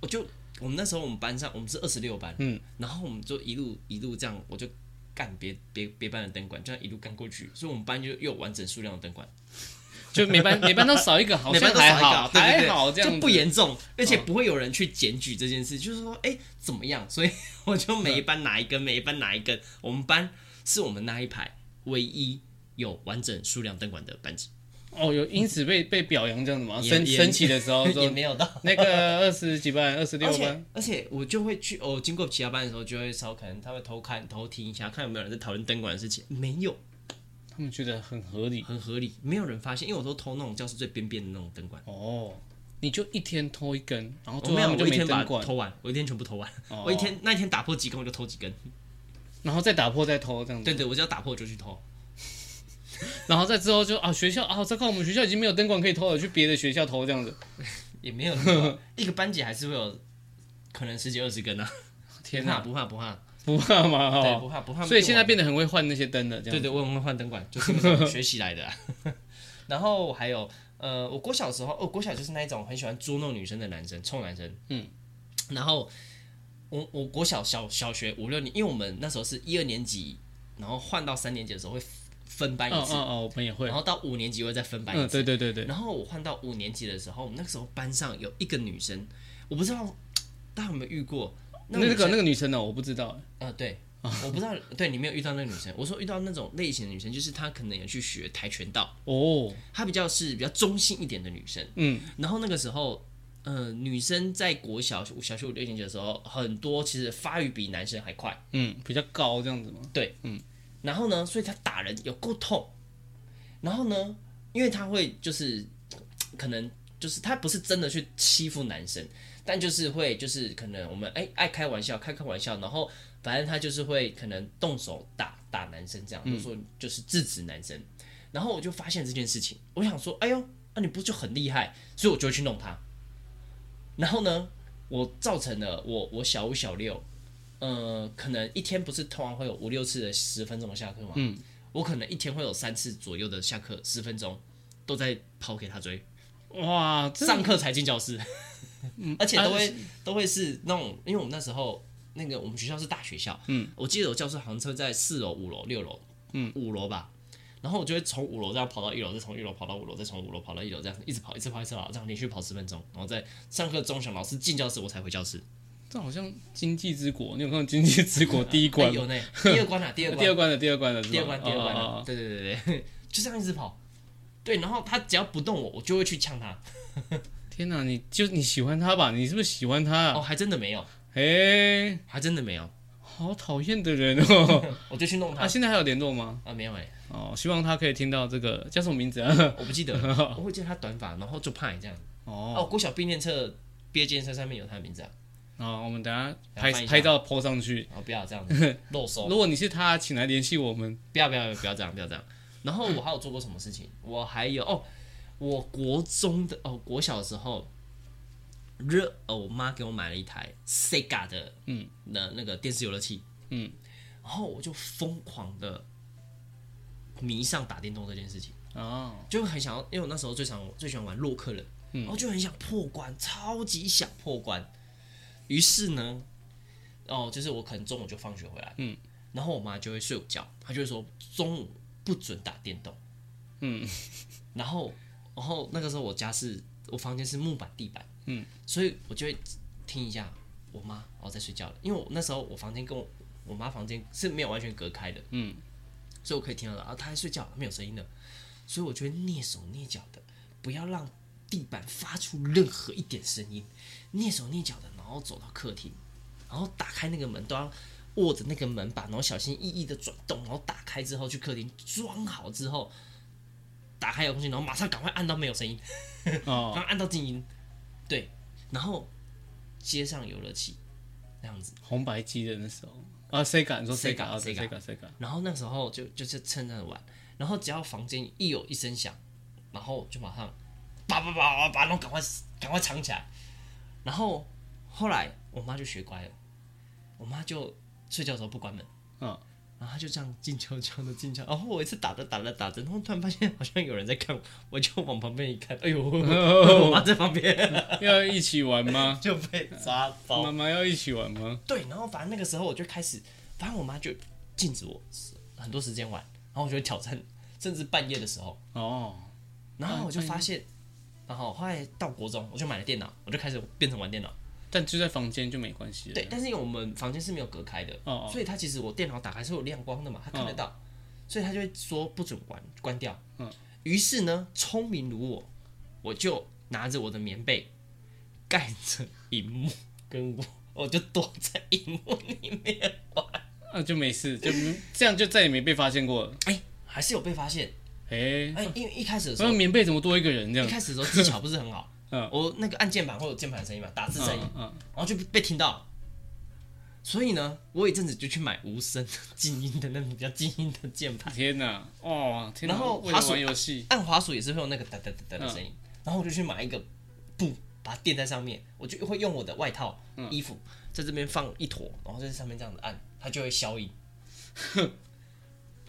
Speaker 2: 我就我们那时候我们班上我们是二十六班，嗯，然后我们就一路一路这样，我就干别别别班的灯管，这样一路干过去，所以我们班就又有完整数量的灯管，
Speaker 1: 就每班每班哦都少一个，好
Speaker 2: 每
Speaker 1: 像
Speaker 2: 班都少一
Speaker 1: 还
Speaker 2: 个
Speaker 1: 好，
Speaker 2: 对对对
Speaker 1: 还好这样
Speaker 2: 就
Speaker 1: 子
Speaker 2: 不严重，而且不会有人去检举这件事，就是说，哎、怎么样？所以我就每一班拿一根，每一班拿一根。我们班是我们那一排唯一有完整数量灯管的班级，
Speaker 1: 哦，有因此被被表扬这样子吗？
Speaker 2: 也
Speaker 1: 升
Speaker 2: 也
Speaker 1: 升旗的时 候
Speaker 2: 也
Speaker 1: 说
Speaker 2: 没有到。
Speaker 1: 那个二十几班、二十六
Speaker 2: 而且
Speaker 1: 班，
Speaker 2: 而且我就会去哦，经过其他班的时候，就会稍可能他会偷看、偷听一下，看有没有人在讨论灯管的事情。没有，
Speaker 1: 他们觉得很合理
Speaker 2: 很合理，没有人发现，因为我都偷那种教室最边边的那种灯管。
Speaker 1: 哦。你就一天偷一根，然后
Speaker 2: 我
Speaker 1: 最
Speaker 2: 没
Speaker 1: 后他
Speaker 2: 有，
Speaker 1: 们就
Speaker 2: 我一
Speaker 1: 没
Speaker 2: 天把
Speaker 1: 灯
Speaker 2: 它
Speaker 1: 管，
Speaker 2: 偷完，我一天全部偷完。
Speaker 1: 哦
Speaker 2: 我一天那一天打破几根，我就偷几根。
Speaker 1: 然后再打破再偷这样子，
Speaker 2: 对对，我只要打破就去偷。
Speaker 1: 然后再之后就啊学校啊，再看我们学校已经没有灯管可以偷了，去别的学校偷这样子。
Speaker 2: 也没有那么 多一个班级还是会有可能十几二十根啊。
Speaker 1: 天
Speaker 2: 哪，
Speaker 1: 哪，
Speaker 2: 不怕不怕，
Speaker 1: 不怕吗？
Speaker 2: 对，
Speaker 1: 哦，
Speaker 2: 不怕不怕。
Speaker 1: 所以现在变得很会换那些灯了，这
Speaker 2: 对
Speaker 1: 样。
Speaker 2: 对，我很会换灯管，就是那种 学习来的啊、然后还有呃，我国小时候，哦，国小就是那一种很喜欢捉弄女生的男生，臭男生。嗯，然后我我国小小小学五六年，因为我们那时候是一二年级，然后换到三年级的时候会分班一
Speaker 1: 哦
Speaker 2: 次，
Speaker 1: 哦哦，我们也会
Speaker 2: 然。后到五年级会再分班一次。
Speaker 1: 嗯，对对对对，
Speaker 2: 然后我换到五年级的时候，我们那个时候班上有一个女生，我不知道大家有没有遇过
Speaker 1: 那
Speaker 2: 女
Speaker 1: 个
Speaker 2: 生
Speaker 1: 那个女生呢，我不知道。
Speaker 2: 呃，对，我不知道，对你没有遇到那个女生。我说遇到那种类型的女生，就是她可能有去学跆拳道，
Speaker 1: 哦，
Speaker 2: 她比较是比较中性一点的女生。
Speaker 1: 嗯，
Speaker 2: 然后那个时候，呃，女生在国小小学五六年级的时候，很多其实发育比男生还快。
Speaker 1: 嗯，比较高这样子吗？
Speaker 2: 然后呢，所以他打人有够痛。然后呢，因为他会就是可能就是他不是真的去欺负男生，但就是会就是可能我们哎、爱开玩笑开开玩笑，然后反正他就是会可能动手打打男生这样，就说就是制止男生。然后我就发现这件事情，我想说，哎呦，那、你不就很厉害？所以我就会去弄他。然后呢，我造成了我我小五小六呃，可能一天不是通常会有五六次的十分钟的下课吗？嗯，我可能一天会有三次左右的下课十分钟都在跑给他追，
Speaker 1: 哇，这
Speaker 2: 上课才进教室， 而且
Speaker 1: 啊
Speaker 2: 都会、都会是那种，因为我们那时候那个我们学校是大学校，嗯，我记得我教室好像是在四楼、五楼、六楼，嗯，五楼吧。然后我就会从五楼这样跑到一楼，再从一楼跑到五楼，再从五楼跑到一楼，这样一直跑，一直跑，一直跑，这样连续跑十分钟，然后再上课钟响，老师进教室，我才回教室。
Speaker 1: 这好像《经济之国》，你有看过《经济之国》第一
Speaker 2: 哎
Speaker 1: 关吗？
Speaker 2: 呦呢，第二关啊，第二关
Speaker 1: 第，二关的第二关的是吧，
Speaker 2: 第二关，第二关
Speaker 1: 哦
Speaker 2: 了，
Speaker 1: 哦哦
Speaker 2: 对对对对对，就这样一直跑。对，然后他只要不动我，我就会去呛他。
Speaker 1: 天哪，你就你喜欢他吧？你是不是喜欢
Speaker 2: 哦，
Speaker 1: 他？
Speaker 2: 还真的没有，
Speaker 1: 哎，
Speaker 2: 还真的没有，
Speaker 1: 好讨厌的人哦！
Speaker 2: 我就去弄
Speaker 1: 啊，
Speaker 2: 他。
Speaker 1: 现在还有联络吗？
Speaker 2: 啊，没有哎、
Speaker 1: 哦，希望他可以听到这个叫什么名字啊？
Speaker 2: 我不记得了，我会记得他短发，然后就派这样。
Speaker 1: 哦，
Speaker 2: 哦，国小毕业册毕业纪念册上面有他的名字啊。
Speaker 1: 啊，我们等下
Speaker 2: 等
Speaker 1: 拍
Speaker 2: 下翻一下
Speaker 1: 拍照 po 上去。
Speaker 2: 哦，不要 这样子露手，
Speaker 1: 如果你是他，请来联系我们。
Speaker 2: 不要不要不要这样，不要这样。然后我还有做过什么事情？我还有哦，我国中的哦，国小的时候，热哦，我妈给我买了一台 Sega 的嗯那那个电视游乐器，
Speaker 1: 嗯，
Speaker 2: 然后我就疯狂的迷上打电动这件事情，
Speaker 1: 哦，
Speaker 2: 就很想要，因为我那时候最常最喜欢玩洛克人，然后就很想破关，超级想破关。于是呢，哦，就是我可能中午就放学回来，嗯，然后我妈就会睡午觉，她就会说中午不准打电动，嗯，然后然后那个时候我家是我房间是木板地板，嗯，所以我就会听一下我妈哦在睡觉了，因为我那时候我房间跟我我妈房间是没有完全隔开的，嗯，所以我可以听到啊她在睡觉，没有声音的，所以我就会蹑手蹑脚的，不要让地板发出任何一点声音，蹑手蹑脚的，然后走到客厅，然后打开那个门，都要握着那个门把，然后小心翼翼的转动，然后打开之后去客厅装好之后，打开遥控器，然后马上赶快按到没有声音，
Speaker 1: 哦
Speaker 2: 然，后按到静音，对，然后接上游乐器，那样子。
Speaker 1: 红白机的那时候啊，Sega，你说
Speaker 2: Sega，
Speaker 1: Sega 啊对
Speaker 2: Sega
Speaker 1: ，Sega，Sega，
Speaker 2: 然后那时候就就是趁着玩，然后只要房间一有一声响，然后就马上叭叭叭叭叭，然后赶快赶快藏起来。然后后来我妈就学乖了，我妈就睡觉的时候不关门，
Speaker 1: 嗯，
Speaker 2: 然后她就这样静悄悄的静悄。然后我一次打着打着打着，然后突然发现好像有人在看我，我就往旁边一看，哎呦，我妈在旁边
Speaker 1: 要一起玩吗？
Speaker 2: 就被抓包
Speaker 1: 妈妈要一起玩吗？
Speaker 2: 对，然后反正那个时候我就开始，反正我妈就禁止我很多时间玩，然后我就会挑战，甚至半夜的时候，
Speaker 1: 哦，
Speaker 2: 然后我就发现，然后后来到国中我就买了电脑，我就开始变成玩电脑。
Speaker 1: 但就在房间就没关系了。
Speaker 2: 对，，但是因为我们房间是没有隔开的，
Speaker 1: 嗯哦哦
Speaker 2: 所以它其实我电脑打开是有亮光的嘛，它看得到，所以它就会说不准关关掉。嗯，于是呢，聪明如我，我就拿着我的棉被盖着荧幕，跟我我就躲在荧幕里面。
Speaker 1: 啊，就没事，就没这样就再也没被发现过 了。
Speaker 2: 哎、还是有被发现。
Speaker 1: 哎、
Speaker 2: 哎、因为一开始的时
Speaker 1: 我
Speaker 2: 候
Speaker 1: 说，棉被怎么多一个人这
Speaker 2: 一
Speaker 1: 样？
Speaker 2: 开始的时候技巧不是很好。
Speaker 1: 嗯
Speaker 2: 我那个按键盘会有键盘声音嘛，打字声音，
Speaker 1: 嗯嗯，
Speaker 2: 然后就被听到。所以呢，我有一阵子就去买无声的 静音的那种比较静音的键盘，
Speaker 1: 啊天哪，哦，天哪！
Speaker 2: 然后
Speaker 1: 为了
Speaker 2: 滑鼠
Speaker 1: 玩游戏，
Speaker 2: 按滑鼠也是会有那个哒哒哒哒的声音。
Speaker 1: 嗯
Speaker 2: 然后我就去买一个布，把它垫在上面，我就会用我的外套、
Speaker 1: 嗯
Speaker 2: 衣服在这边放一坨，然后在上面这样子按，它就会消音。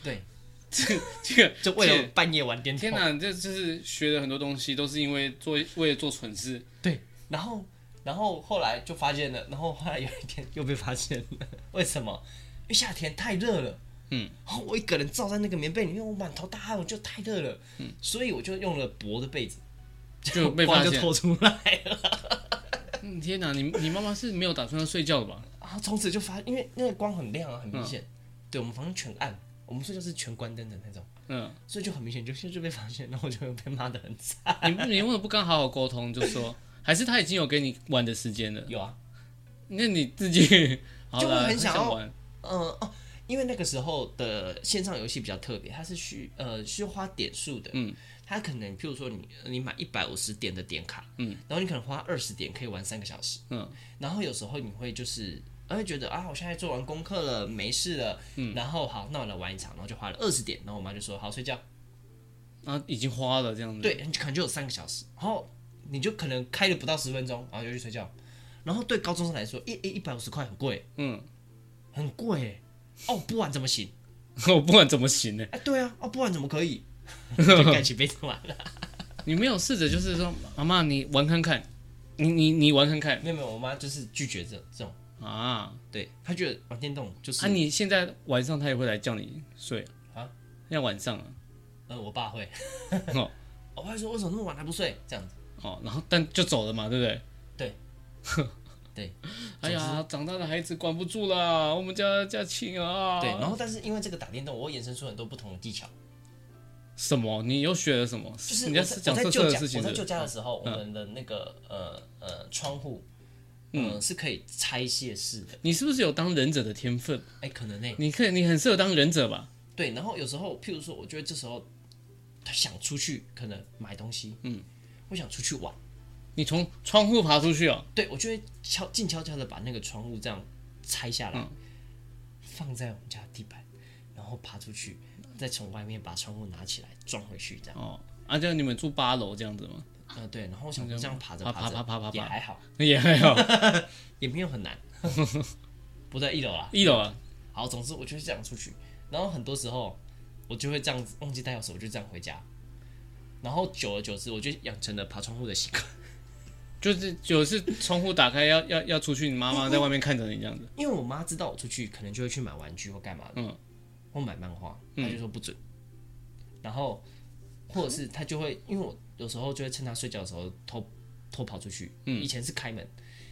Speaker 2: 对，
Speaker 1: 这个
Speaker 2: 就为了半夜玩电
Speaker 1: 天
Speaker 2: 动。
Speaker 1: 哪，这就是学了很多东西，都是因为做为了做蠢事。
Speaker 2: 对，然后然后后来就发现了，然后后来有一天又被发现了， 为什么？因为夏天太热了。
Speaker 1: 嗯，
Speaker 2: 然后我一个人罩在那个棉被里面，我满头大汗，我就太热了，嗯，所以我就用了薄的被子，
Speaker 1: 就被
Speaker 2: 不然
Speaker 1: 发现
Speaker 2: 就透出来了。
Speaker 1: 嗯，天哪，你你妈妈是没有打算要睡觉的吧？
Speaker 2: 然后从此就发，因为那个光很亮啊，很明显。对我们房间全暗，我们睡觉是全关灯的那种，
Speaker 1: 嗯，
Speaker 2: 所以就很明显，就就被发现，然后我就被骂的很惨。
Speaker 1: 你你为什么不跟她好好沟通？就说还是她已经有给你玩的时间了，
Speaker 2: 有啊，
Speaker 1: 那你自己好
Speaker 2: 就会
Speaker 1: 了，
Speaker 2: 很想
Speaker 1: 想
Speaker 2: 要
Speaker 1: 玩。
Speaker 2: 嗯、呃、哦，因为那个时候的线上游戏比较特别，它是需呃需要花点数的，嗯，它可能譬如说你你买一百五十点的点卡，嗯，然后你可能花二十点可以玩三个小时，
Speaker 1: 嗯，
Speaker 2: 然后有时候你会就是。呃会觉得啊，我现在做完功课了，没事了，嗯，然后好，那我来玩一场，然后就花了二十点，然后我妈就说好睡觉，
Speaker 1: 然啊后已经花了这样子。
Speaker 2: 对，你可能就有三个小时，然后你就可能开了不到十分钟，然后就去睡觉。然后对高中生来说，一一一百五十块很贵，
Speaker 1: 嗯，
Speaker 2: 很贵欸哦，不玩怎么行？
Speaker 1: 我不管怎么行呢，
Speaker 2: 哎，对啊，哦，不玩怎么可 以？就盖起被子玩了。
Speaker 1: 你没有试着就是说，妈妈你玩看看，你你你玩看看
Speaker 2: 没有没有，我妈就是拒绝这这种，
Speaker 1: 啊。
Speaker 2: 对她觉得玩电动就是、
Speaker 1: 啊，你现在晚上他也会来叫你睡
Speaker 2: 啊？
Speaker 1: 要晚上啊，
Speaker 2: 呃，我爸会，
Speaker 1: 哦
Speaker 2: 我爸说为什么那么晚还不睡？这样子，
Speaker 1: 哦，然后但就走了嘛，对不对？
Speaker 2: 对，对，
Speaker 1: 哎呀，长大的孩子管不住啦，我们家家亲啊。
Speaker 2: 对。然后但是因为这个打电动，我会衍生出很多不同的技巧。
Speaker 1: 什么？你又学了什么？
Speaker 2: 就是
Speaker 1: 你
Speaker 2: 我
Speaker 1: 在
Speaker 2: 在
Speaker 1: 讲
Speaker 2: 我
Speaker 1: 色
Speaker 2: 在旧
Speaker 1: 色的
Speaker 2: 家
Speaker 1: 事情
Speaker 2: 我在
Speaker 1: 是不嗯
Speaker 2: 旧
Speaker 1: 是？
Speaker 2: 家的时候，我们的那个呃呃窗户，嗯、是可以拆卸式的，
Speaker 1: 你是不是有当忍者的天分？
Speaker 2: 哎、可能呢、
Speaker 1: 你可以，你很适合当忍者吧？
Speaker 2: 对，然后有时候，譬如说，我觉得这时候他想出去，可能买东西，嗯，我想出去玩，
Speaker 1: 你从窗户爬出去哦，
Speaker 2: 对我就会悄静悄悄的把那个窗户这样拆下
Speaker 1: 嗯
Speaker 2: 来，放在我们家地板，然后爬出去，再从外面把窗户拿起来装回去，这样，
Speaker 1: 哦，啊，就你们住八楼这样子吗？
Speaker 2: 呃，对，然后我想说这样爬着
Speaker 1: 爬
Speaker 2: 爬着
Speaker 1: 爬爬爬爬
Speaker 2: 也还好，
Speaker 1: 也还好，
Speaker 2: 也没有很难， 不在一楼 啦。
Speaker 1: 一楼啊，
Speaker 2: 好，总之我就是这样出去，然后很多时候我就会这样子忘记带钥匙，我就这样回家，然后久而久之，我就养成了爬窗户的习惯，
Speaker 1: 就是有一次窗户打开要要要出去，你妈妈在外面看着你这样子。
Speaker 2: 因为我妈知道我出去，可能就会去买玩具或干嘛的，
Speaker 1: 嗯，
Speaker 2: 或买漫画，她就说不准，然后或者是她就会，因为我有时候就会趁她睡觉的时候偷偷跑出去，嗯，以前是开门。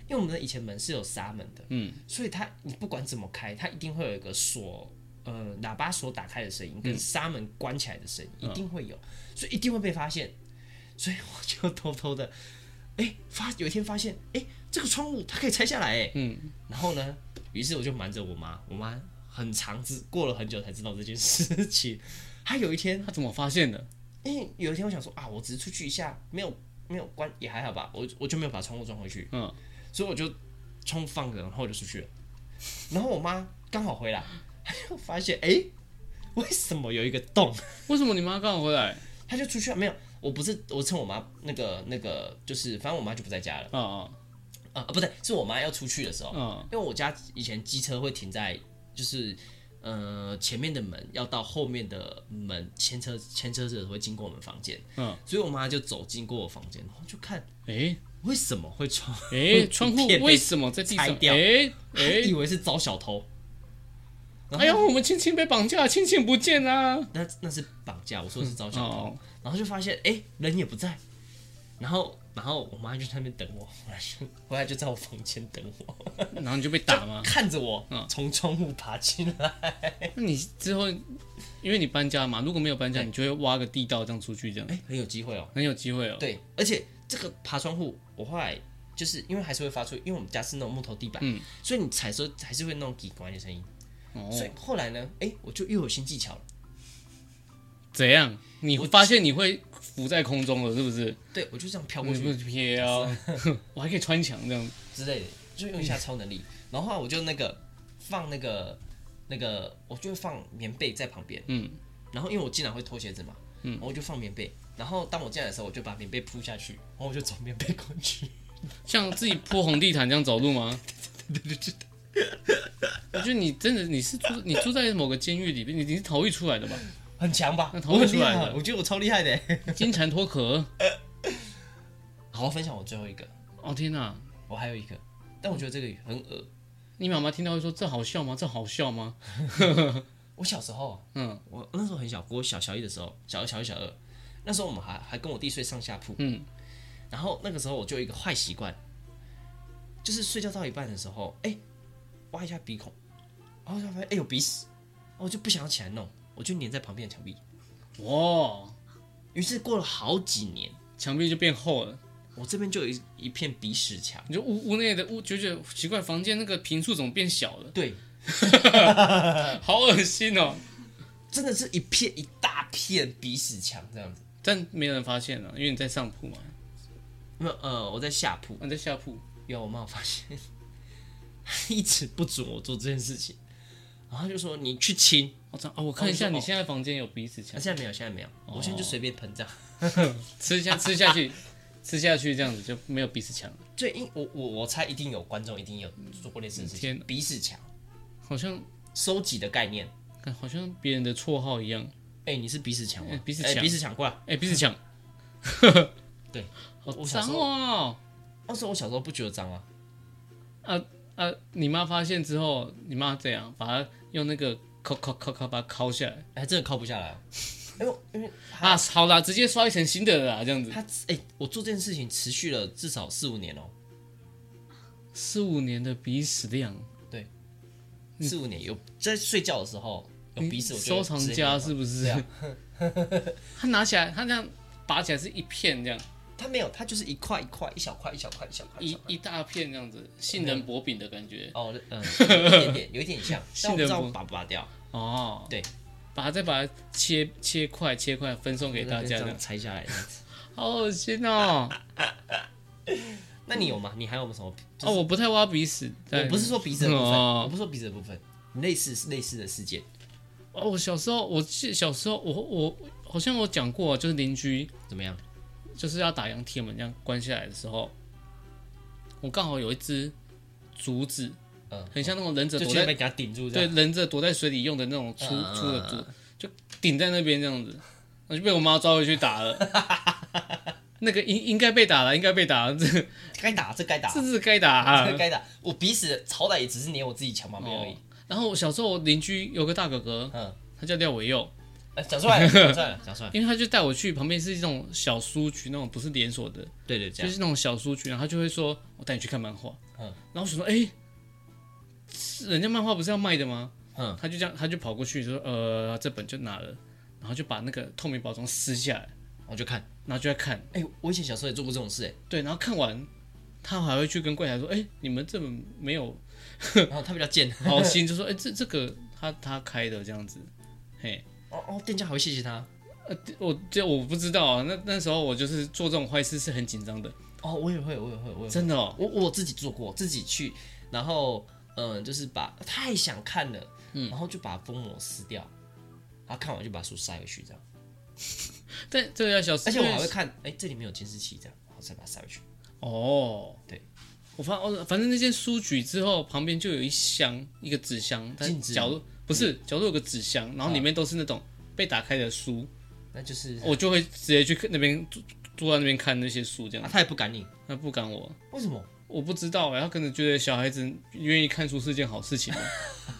Speaker 2: 因为我们的以前门是有纱门的，嗯，所以它你不管怎么开，它一定会有一个锁，呃，喇叭锁打开的声音跟纱门关起来的声音、一定会有，所以一定会被发现，所以我就偷偷的，哎、发有一天发现，哎、这个窗户它可以拆下来、哎，嗯，然后呢，于是我就瞒着我妈，我妈很长知过了很久才知道这件事情，她有一天，
Speaker 1: 他怎么发现的？
Speaker 2: 因为有一天我想说啊，我只是出去一下，没有没有关也还好吧，我我就没有把窗户装回去，
Speaker 1: 嗯，
Speaker 2: 所以我就冲放着，然后我就出去了。然后我妈刚好回来，她就发现哎、诶为什么有一个洞？
Speaker 1: 为什么你妈刚好回来？
Speaker 2: 她就出去了。没有，我不是我趁我妈那个那个，就是反正我妈就不在家了
Speaker 1: 啊啊
Speaker 2: 啊、啊不对，是我妈要出去的时候，
Speaker 1: 啊！
Speaker 2: 因为我家以前机车会停在就是呃前面的门要到后面的门牵车牵车者会经过我们房间，
Speaker 1: 嗯，
Speaker 2: 所以我妈就走经过我房间，然后就看
Speaker 1: 诶
Speaker 2: 为什么会窗，
Speaker 1: 诶，哎窗户为什么在地上
Speaker 2: 拆？掉
Speaker 1: 诶
Speaker 2: 以
Speaker 1: 诶，
Speaker 2: 为是遭小偷，然后
Speaker 1: 哎呀，我们青青被绑架，青青不见啊啦！
Speaker 2: 那那是绑架，我说是遭小偷，
Speaker 1: 哦，
Speaker 2: 然后就发现哎、诶人也不在，然后然后我妈就在那边等我，回来就回来就 在我房间等我，
Speaker 1: 然后你就被打吗？
Speaker 2: 看着我
Speaker 1: 嗯
Speaker 2: 从窗户爬进来。
Speaker 1: 那你之后，因为你搬家嘛，如果没有搬家，你就会挖个地道这样出去，这样
Speaker 2: 哎、很有机会哦。
Speaker 1: 很有机会哦。
Speaker 2: 对，而且这个爬窗户，我后来就是因为还是会发出，因为我们家是那种木头地板，
Speaker 1: 嗯
Speaker 2: 所以你踩的时候还是会那种叽呱的声音。
Speaker 1: 哦
Speaker 2: 所以后来呢，哎、我就又有新技巧了。
Speaker 1: 怎样？你会发现你会浮在空中了，是不是？
Speaker 2: 对，我就这样飘
Speaker 1: 我
Speaker 2: 过
Speaker 1: 是
Speaker 2: 去
Speaker 1: 不是飘？ 我还可以穿墙这样。
Speaker 2: 之类的，就用一下超能力。然后后来我就那个放那个那个，我就放棉被在旁边，
Speaker 1: 嗯，
Speaker 2: 然后因为我经常会脱鞋子嘛，嗯，然后我就放棉被。然后当我进来的时候，我就把棉被铺下去，然后我就走棉被过去。
Speaker 1: 像自己铺红地毯这样走路 吗？我觉得你真的你是住你住在某个监狱里边，你你是逃狱出来的吧？
Speaker 2: 很强吧？
Speaker 1: 那逃
Speaker 2: 我
Speaker 1: 不
Speaker 2: 很
Speaker 1: 出
Speaker 2: 厉
Speaker 1: 来
Speaker 2: 害
Speaker 1: 的，
Speaker 2: 我觉得我超厉害的。
Speaker 1: 金蝉脱壳，
Speaker 2: 好，分享我最后一个，
Speaker 1: 哦天哪、
Speaker 2: 我还有一个，但我觉得这个很恶。
Speaker 1: 你妈妈听到会说这好笑吗？这好笑吗？
Speaker 2: 我小时候，嗯，我那时候很小，我小小一的时候，小一、小一、小二，那时候我们还还跟我弟睡上下铺，
Speaker 1: 嗯，
Speaker 2: 然后那个时候我就有一个坏习惯，就是睡觉到一半的时候，哎、挖一下鼻孔，然后就发现哎、有鼻屎，然后我就不想要起来弄，我就粘在旁边的墙壁。
Speaker 1: 哇，
Speaker 2: 于是过了好几年，
Speaker 1: 哦墙壁就变厚了，
Speaker 2: 我这边就有一一片鼻屎墙。
Speaker 1: 你就屋屋内的屋就觉得奇怪，房间那个平数怎么变小了？
Speaker 2: 对，
Speaker 1: 好恶心哦！
Speaker 2: 真的是一片一大片鼻屎墙这样子。
Speaker 1: 但没人发现啊了，因为你在上铺嘛，
Speaker 2: 没有，呃，我在下铺，
Speaker 1: 你在下铺，
Speaker 2: 有，我妈有发现，她一直不准我做这件事情，然后她就说你去亲，
Speaker 1: 我操啊！我看一下
Speaker 2: 哦你说
Speaker 1: 你现在房间有鼻子
Speaker 2: 啊
Speaker 1: 墙，
Speaker 2: 现在没有，现在没有，我现在就
Speaker 1: 哦
Speaker 2: 随便喷这样。
Speaker 1: 吃下吃下去，吃下去这样子就没有鼻子墙了，
Speaker 2: 最因我我我猜一定有观众一定有做过类似的事
Speaker 1: 天
Speaker 2: 情
Speaker 1: 哪，
Speaker 2: 鼻屎墙
Speaker 1: 好像
Speaker 2: 收集的概念。
Speaker 1: 看好像别人的绰号一样。
Speaker 2: 哎、你是鼻屎墙
Speaker 1: 哎
Speaker 2: 吗？
Speaker 1: 鼻屎
Speaker 2: 哎
Speaker 1: 墙
Speaker 2: 鼻屎墙过来。
Speaker 1: 哎、鼻子墙，
Speaker 2: 对，
Speaker 1: 好
Speaker 2: 我小
Speaker 1: 脏
Speaker 2: 时候
Speaker 1: 哦！
Speaker 2: 那时候我小时候不觉得脏啊，
Speaker 1: 啊，你妈发现之后，你妈怎样？把它用那个敲敲敲敲把它敲下来
Speaker 2: 还真的抠不下来、啊。哎呦，因为
Speaker 1: 啊！好啦，直接刷一层新的了啦，这样子
Speaker 2: 他哎、我做这件事情持续了至少四五年哦、
Speaker 1: 四五年的鼻屎量，
Speaker 2: 四五年有在睡觉的时候有鼻屎，我就
Speaker 1: 嗯哎收藏
Speaker 2: 直接
Speaker 1: 家是不是？
Speaker 2: 对啊
Speaker 1: 他拿起来，他这样拔起来是一片这样，
Speaker 2: 它没有，它就是一块一块、一小块一小块一小块。一小
Speaker 1: 一
Speaker 2: 块
Speaker 1: 一大片这样子，杏仁薄饼的感觉
Speaker 2: 哦， 嗯，有一点点，有一点像，但我不
Speaker 1: 杏
Speaker 2: 知道
Speaker 1: 仁
Speaker 2: 拔不拔掉，
Speaker 1: 哦。
Speaker 2: 嗯对，
Speaker 1: 把它再把它切切块切块分送给大家
Speaker 2: 这
Speaker 1: 这
Speaker 2: 样
Speaker 1: 样，
Speaker 2: 拆 下来。
Speaker 1: 好恶心
Speaker 2: 啊
Speaker 1: 哦！
Speaker 2: 那你有吗？你还有没有什么？
Speaker 1: 哦，我不太挖鼻屎，
Speaker 2: 我
Speaker 1: 但
Speaker 2: 不是说鼻子的部分，
Speaker 1: 哦
Speaker 2: 我不是说鼻子的部分，类似类似的事件
Speaker 1: 哦，我小时候，我记小时候，我我好像我讲过，啊就是邻居
Speaker 2: 怎么样？
Speaker 1: 就是要打羊铁门这样关下来的时候，我刚好有一只竹子，
Speaker 2: 嗯
Speaker 1: 很像那种忍者
Speaker 2: 就
Speaker 1: 躲
Speaker 2: 觉得
Speaker 1: 在
Speaker 2: 被给它顶住这
Speaker 1: 对
Speaker 2: 样。
Speaker 1: 忍者躲在水里用的那种粗
Speaker 2: 嗯嗯嗯
Speaker 1: 粗的竹，就顶在那边这样子，我就被我妈抓回去打 了。那个应应该被打了，应该被打了，这
Speaker 2: 该打这该打，
Speaker 1: 这是该打、啊哦
Speaker 2: 这。该打。我鼻屎好歹也只是粘我自己墙旁边而已。
Speaker 1: 然后我小时候我邻居有个大哥哥，
Speaker 2: 嗯，
Speaker 1: 他叫廖伟佑，
Speaker 2: 哎讲出来 了，讲出来了，讲出来了。
Speaker 1: 因为他就带我去旁边是一种小书局，那种不是连锁的，
Speaker 2: 对对，这
Speaker 1: 就
Speaker 2: 样。
Speaker 1: 是那种小书局，然后他就会说：“我带你去看漫画。”
Speaker 2: 嗯
Speaker 1: 然后我想说：“哎、是人家漫画不是要卖的吗？”
Speaker 2: 嗯，
Speaker 1: 他就这样，他就跑过去就说：“呃，这本就拿了。”然后就把那个透明包装撕下来，
Speaker 2: 我哦就看。
Speaker 1: 然后就在看。
Speaker 2: 哎，我以前小时候也做过这种事，哎
Speaker 1: 对，然后看完，他还会去跟柜台说：“哎、你们这本没有
Speaker 2: 哎，然后他比较贱。
Speaker 1: 好心，就说：‘哎、这这个他他开的这样子。’嘿，
Speaker 2: 哦哦，店家还会谢谢他。
Speaker 1: 我这我不知道啊。那那时候我就是做这种坏事是很紧张的，
Speaker 2: 哦，我也会，我也会，我也会。
Speaker 1: 真的哦。
Speaker 2: 我我自己做过，自己去，然后嗯，就是把太想看了，
Speaker 1: 嗯
Speaker 2: 然后就把封膜撕掉，然后看完就把书塞回去这样。
Speaker 1: 但这个要小心，
Speaker 2: 而且我还
Speaker 1: 因为
Speaker 2: 会看，哎、这里面有监视器这样，然后再把它塞回去。
Speaker 1: 哦，
Speaker 2: 对，
Speaker 1: 我发哦，反正那间书局之后旁边就有一箱一个纸箱，它
Speaker 2: 禁止
Speaker 1: 角落不是角落有个纸箱，然后里面都是那种被打开的书，
Speaker 2: 那就是、
Speaker 1: 我就会直接去看那边坐坐在那边看那些书这
Speaker 2: 啊
Speaker 1: 样，，哦
Speaker 2: 他也不赶你，
Speaker 1: 那不赶我。
Speaker 2: 为什么？
Speaker 1: 我不知道、欸，他可能觉得小孩子愿意看书是件好事 情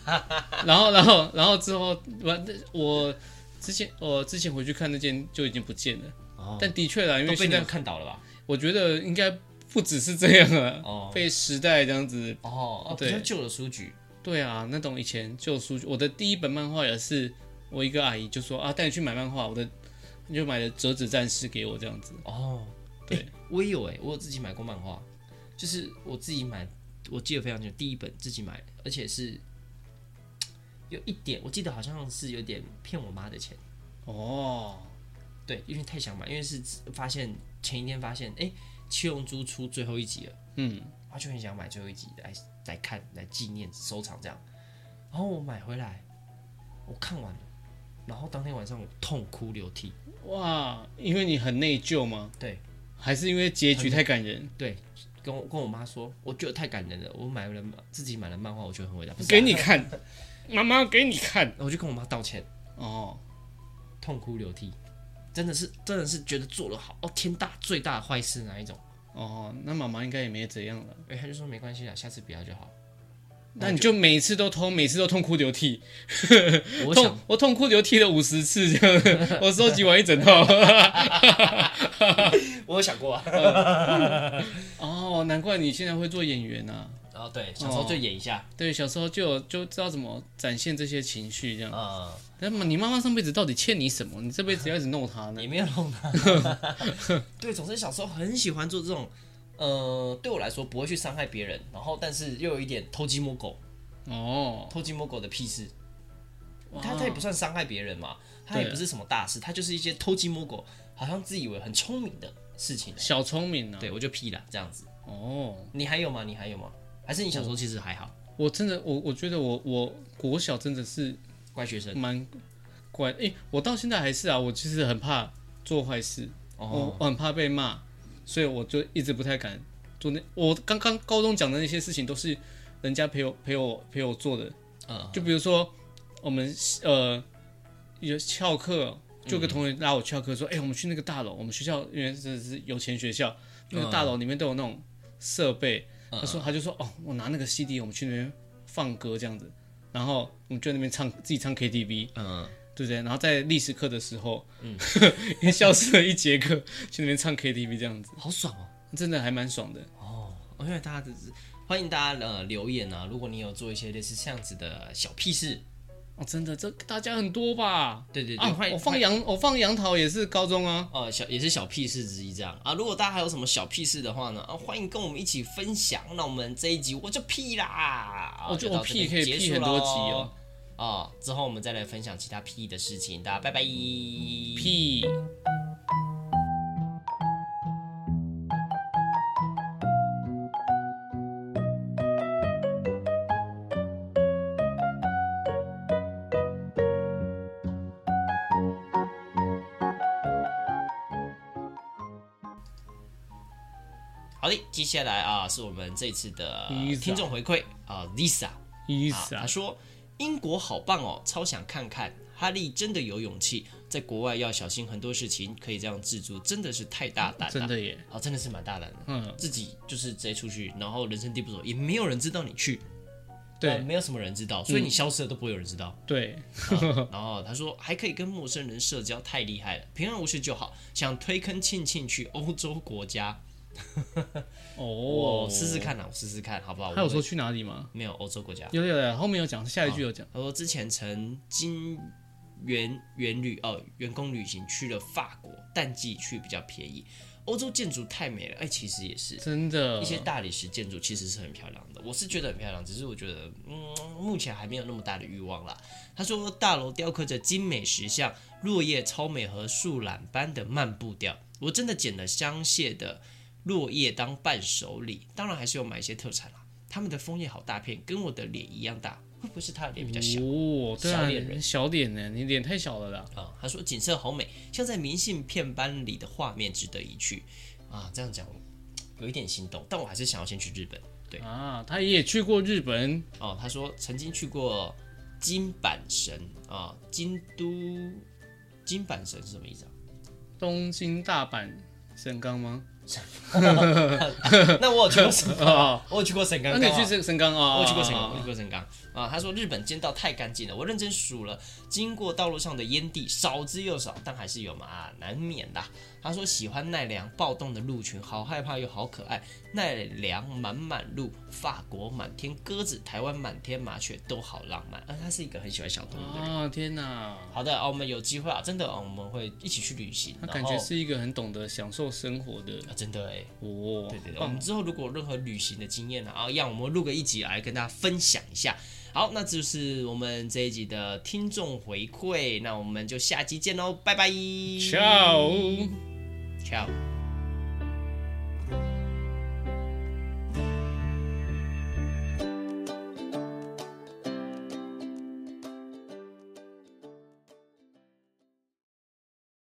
Speaker 1: 啊。然后，然后，然后之后，我我之前我之前回去看那件就已经不见了，
Speaker 2: 哦，
Speaker 1: 啊但的确啦，因为
Speaker 2: 都被
Speaker 1: 现
Speaker 2: 你
Speaker 1: 在
Speaker 2: 们看到了吧？
Speaker 1: 我觉得应该不只是这样啊了，
Speaker 2: 哦
Speaker 1: 被时代这样子。
Speaker 2: 哦哦，
Speaker 1: 嗯
Speaker 2: 比
Speaker 1: 对
Speaker 2: 较旧的书局，
Speaker 1: 对啊，那种以前旧书，我的第一本漫画也是我一个阿姨就说啊，带你去买漫画，我的你就买了《折纸战士》给我这样子。
Speaker 2: 哦，
Speaker 1: 对
Speaker 2: 欸我也有哎、我有自己买过漫画，就是我自己买，我记得非常清楚，第一本自己买，而且是有一点，我记得好像是有点骗我妈的钱，
Speaker 1: 哦，
Speaker 2: 对，因为太想买，因为是发现前一天发现，哎、七龙珠》出最后一集了，
Speaker 1: 嗯，
Speaker 2: 然后就很想买最后一集来来看，来纪念收藏这样，然后我买回来，我看完了，然后当天晚上我痛哭流涕，
Speaker 1: 哇，因为你很内疚吗？
Speaker 2: 对，
Speaker 1: 还是因为结局太感人？
Speaker 2: 对，跟我跟我妈说，我觉得太感人了，我买了自己买了漫画，我觉得很伟大。不是啊
Speaker 1: 给你看， 妈妈给你看。
Speaker 2: 我就跟我妈道歉，
Speaker 1: 哦，
Speaker 2: 痛哭流涕，真的是真的是觉得做了好哦天大最大的坏事那一种。
Speaker 1: 哦，那妈妈应该也没怎样了。
Speaker 2: 哎、她就说没关系啦，下次不要就好。
Speaker 1: 那你就每次都偷，每次都痛哭流涕，
Speaker 2: 我想
Speaker 1: 痛我痛哭流涕了五十次，这样 我收集完一整套。
Speaker 2: 我有想过啊，
Speaker 1: 哦，难怪你现在会做演员啊。
Speaker 2: 然后哦对，小时候就演一下
Speaker 1: 对，小时候就有就知道怎么展现这些情绪，这样。
Speaker 2: 啊、
Speaker 1: 那么你妈妈上辈子到底欠你什么？你这辈子要一直弄她呢
Speaker 2: 也？没有弄啊他。 对，总之小时候很喜欢做这种，呃，对我来说不会去伤害别人，然后但是又有一点偷鸡摸狗，
Speaker 1: 哦，
Speaker 2: 偷鸡摸狗的屁事。
Speaker 1: 哇
Speaker 2: 他他也不算伤害别人嘛，他也
Speaker 1: 对
Speaker 2: 不是什么大事，他就是一些偷鸡摸狗，好像自以为很聪明的事情。
Speaker 1: 小聪明啊。
Speaker 2: 对我就屁啦，这样子。
Speaker 1: 哦，
Speaker 2: 你还有吗？你还有吗？还是你小时候其实还好，
Speaker 1: 我真的，我我觉得我我国小真的是
Speaker 2: 乖学生。
Speaker 1: 蛮乖，诶、我到现在还是啊，我其实很怕做坏事，
Speaker 2: 哦，
Speaker 1: 我我很怕被骂，所以我就一直不太敢做那。我刚刚高中讲的那些事情都是人家陪我陪我陪我做的，
Speaker 2: 嗯，
Speaker 1: 就比如说我们呃有翘课，就有个同学拉我翘课说，哎、我们去那个大楼，我们学校因为这是有钱学校，那个大楼里面都有那种设备，他说他就说哦，我拿那个 CD，我们去那边放歌这样子，然后我们就在那边唱自己唱 KTV。
Speaker 2: 嗯，
Speaker 1: 对不对？然后在历史课的时候，嗯，因为消失了一节课，去那边唱 KTV 这样子，
Speaker 2: 好爽哦。
Speaker 1: 真的还蛮爽的。
Speaker 2: 哦，我因为大家只是欢迎大家呃留言啊，如果你有做一些类似这样子的小屁事，
Speaker 1: 哦，真的，这大家很多吧？
Speaker 2: 对对对，
Speaker 1: 啊
Speaker 2: 欢，迎
Speaker 1: 我放杨，我放杨桃也是高中啊。
Speaker 2: 呃，小也是小屁事之一这样啊。如果大家还有什么小屁事的话呢，啊，欢迎跟我们一起分享。那我们这一集我就屁啦，啊
Speaker 1: 我觉得哦
Speaker 2: 就
Speaker 1: 我
Speaker 2: 到这边
Speaker 1: 屁可以
Speaker 2: 结束
Speaker 1: 屁很多集
Speaker 2: 咯
Speaker 1: 哦。。
Speaker 2: 啊、之后我们再来分享其他屁的事情，大家拜拜。屁
Speaker 1: 屁。
Speaker 2: 好的，接下来啊，是我们这次的
Speaker 1: Lisa
Speaker 2: 听众回馈啊，Lisa
Speaker 1: 意
Speaker 2: 啊，
Speaker 1: 思
Speaker 2: 她
Speaker 1: 啊，
Speaker 2: 说英国好棒哦，超想看看。哈利真的有勇气，在国外要小心很多事情，可以这样自助，真的是太大胆了。
Speaker 1: 真的耶，
Speaker 2: 啊，真的是蛮大胆的。
Speaker 1: 嗯，
Speaker 2: 自己就是直接出去，然后人生地不熟，也没有人知道你去，呃
Speaker 1: 对嗯
Speaker 2: 没有什么人知道，所以你消失了都不会有人知道。
Speaker 1: 对，嗯
Speaker 2: 啊然后他说还可以跟陌生人社交，太厉害了，平安无事就好。想推坑庆庆去欧洲国家，
Speaker 1: 哦
Speaker 2: 哦我，试试。看啦，我试试看好不好？
Speaker 1: 他哦有
Speaker 2: 我
Speaker 1: 说去哪里吗？
Speaker 2: 没有欧洲国家？
Speaker 1: 有有有，后面有讲，下一句有讲。
Speaker 2: 他说之前曾经员员旅哦员工旅行去了法国，淡季去比较便宜。欧洲建筑太美了，哎，其实也是。
Speaker 1: 真的
Speaker 2: 一，些大理石建筑其实是很漂亮的，我是觉得很漂亮，只是我觉得，嗯，目前还没有那么大的欲望啦。他说，大楼雕刻着精美石像、落叶超美和树懒般的漫步调。我真的捡了香榭的落叶当伴手礼，当然还是有买一些特产啦。他们的枫叶好大片，跟我的脸一样大，会不会是他的脸比较小？
Speaker 1: 哦，对
Speaker 2: 小脸人
Speaker 1: 啊，小脸呢，你脸太小了啦。
Speaker 2: 啊，他说景色好美，像在明信片般里的画面，值得一去啊。这样讲有一点心动，但我还是想要先去日本。对，
Speaker 1: 啊，他也去过日本，
Speaker 2: 哦，他说曾经去过金板神啊、京都金板神是什么意思啊？
Speaker 1: 东京、大阪、神冈吗？
Speaker 2: 那我有去过神
Speaker 1: 哦
Speaker 2: 冈，我有去过神冈
Speaker 1: 那
Speaker 2: 干
Speaker 1: 你
Speaker 2: 嘛，
Speaker 1: 去这神冈啊？
Speaker 2: 嗯我有去过神冈，
Speaker 1: 啊
Speaker 2: 我有去过神冈啊。他说日本街道太干净了，我认真数了，经过道路上的烟蒂少之又少，但还是有嘛，啊难免的。他说喜欢奈良暴动的鹿群，好害怕又好可爱。奈良满满鹿，法国满天鸽子，台湾满天麻雀，都好浪漫。啊，他是一个很喜欢小动物的人。
Speaker 1: 啊！天哪，
Speaker 2: 好的啊，我们有机会啊，真的啊，我们会一起去旅行。
Speaker 1: 他
Speaker 2: 然
Speaker 1: 感觉
Speaker 2: 后
Speaker 1: 是一个很懂得享受生活的
Speaker 2: 啊，真的哎、
Speaker 1: 哦，
Speaker 2: 对对嗯对，我
Speaker 1: 棒
Speaker 2: 们之后如果有任何旅行的经验呢，啊，让我们录个一集来跟大家分享一下。好，那就是我们这一集的听众回馈，那我们就下集见喽，拜拜
Speaker 1: Ciao
Speaker 2: ciao。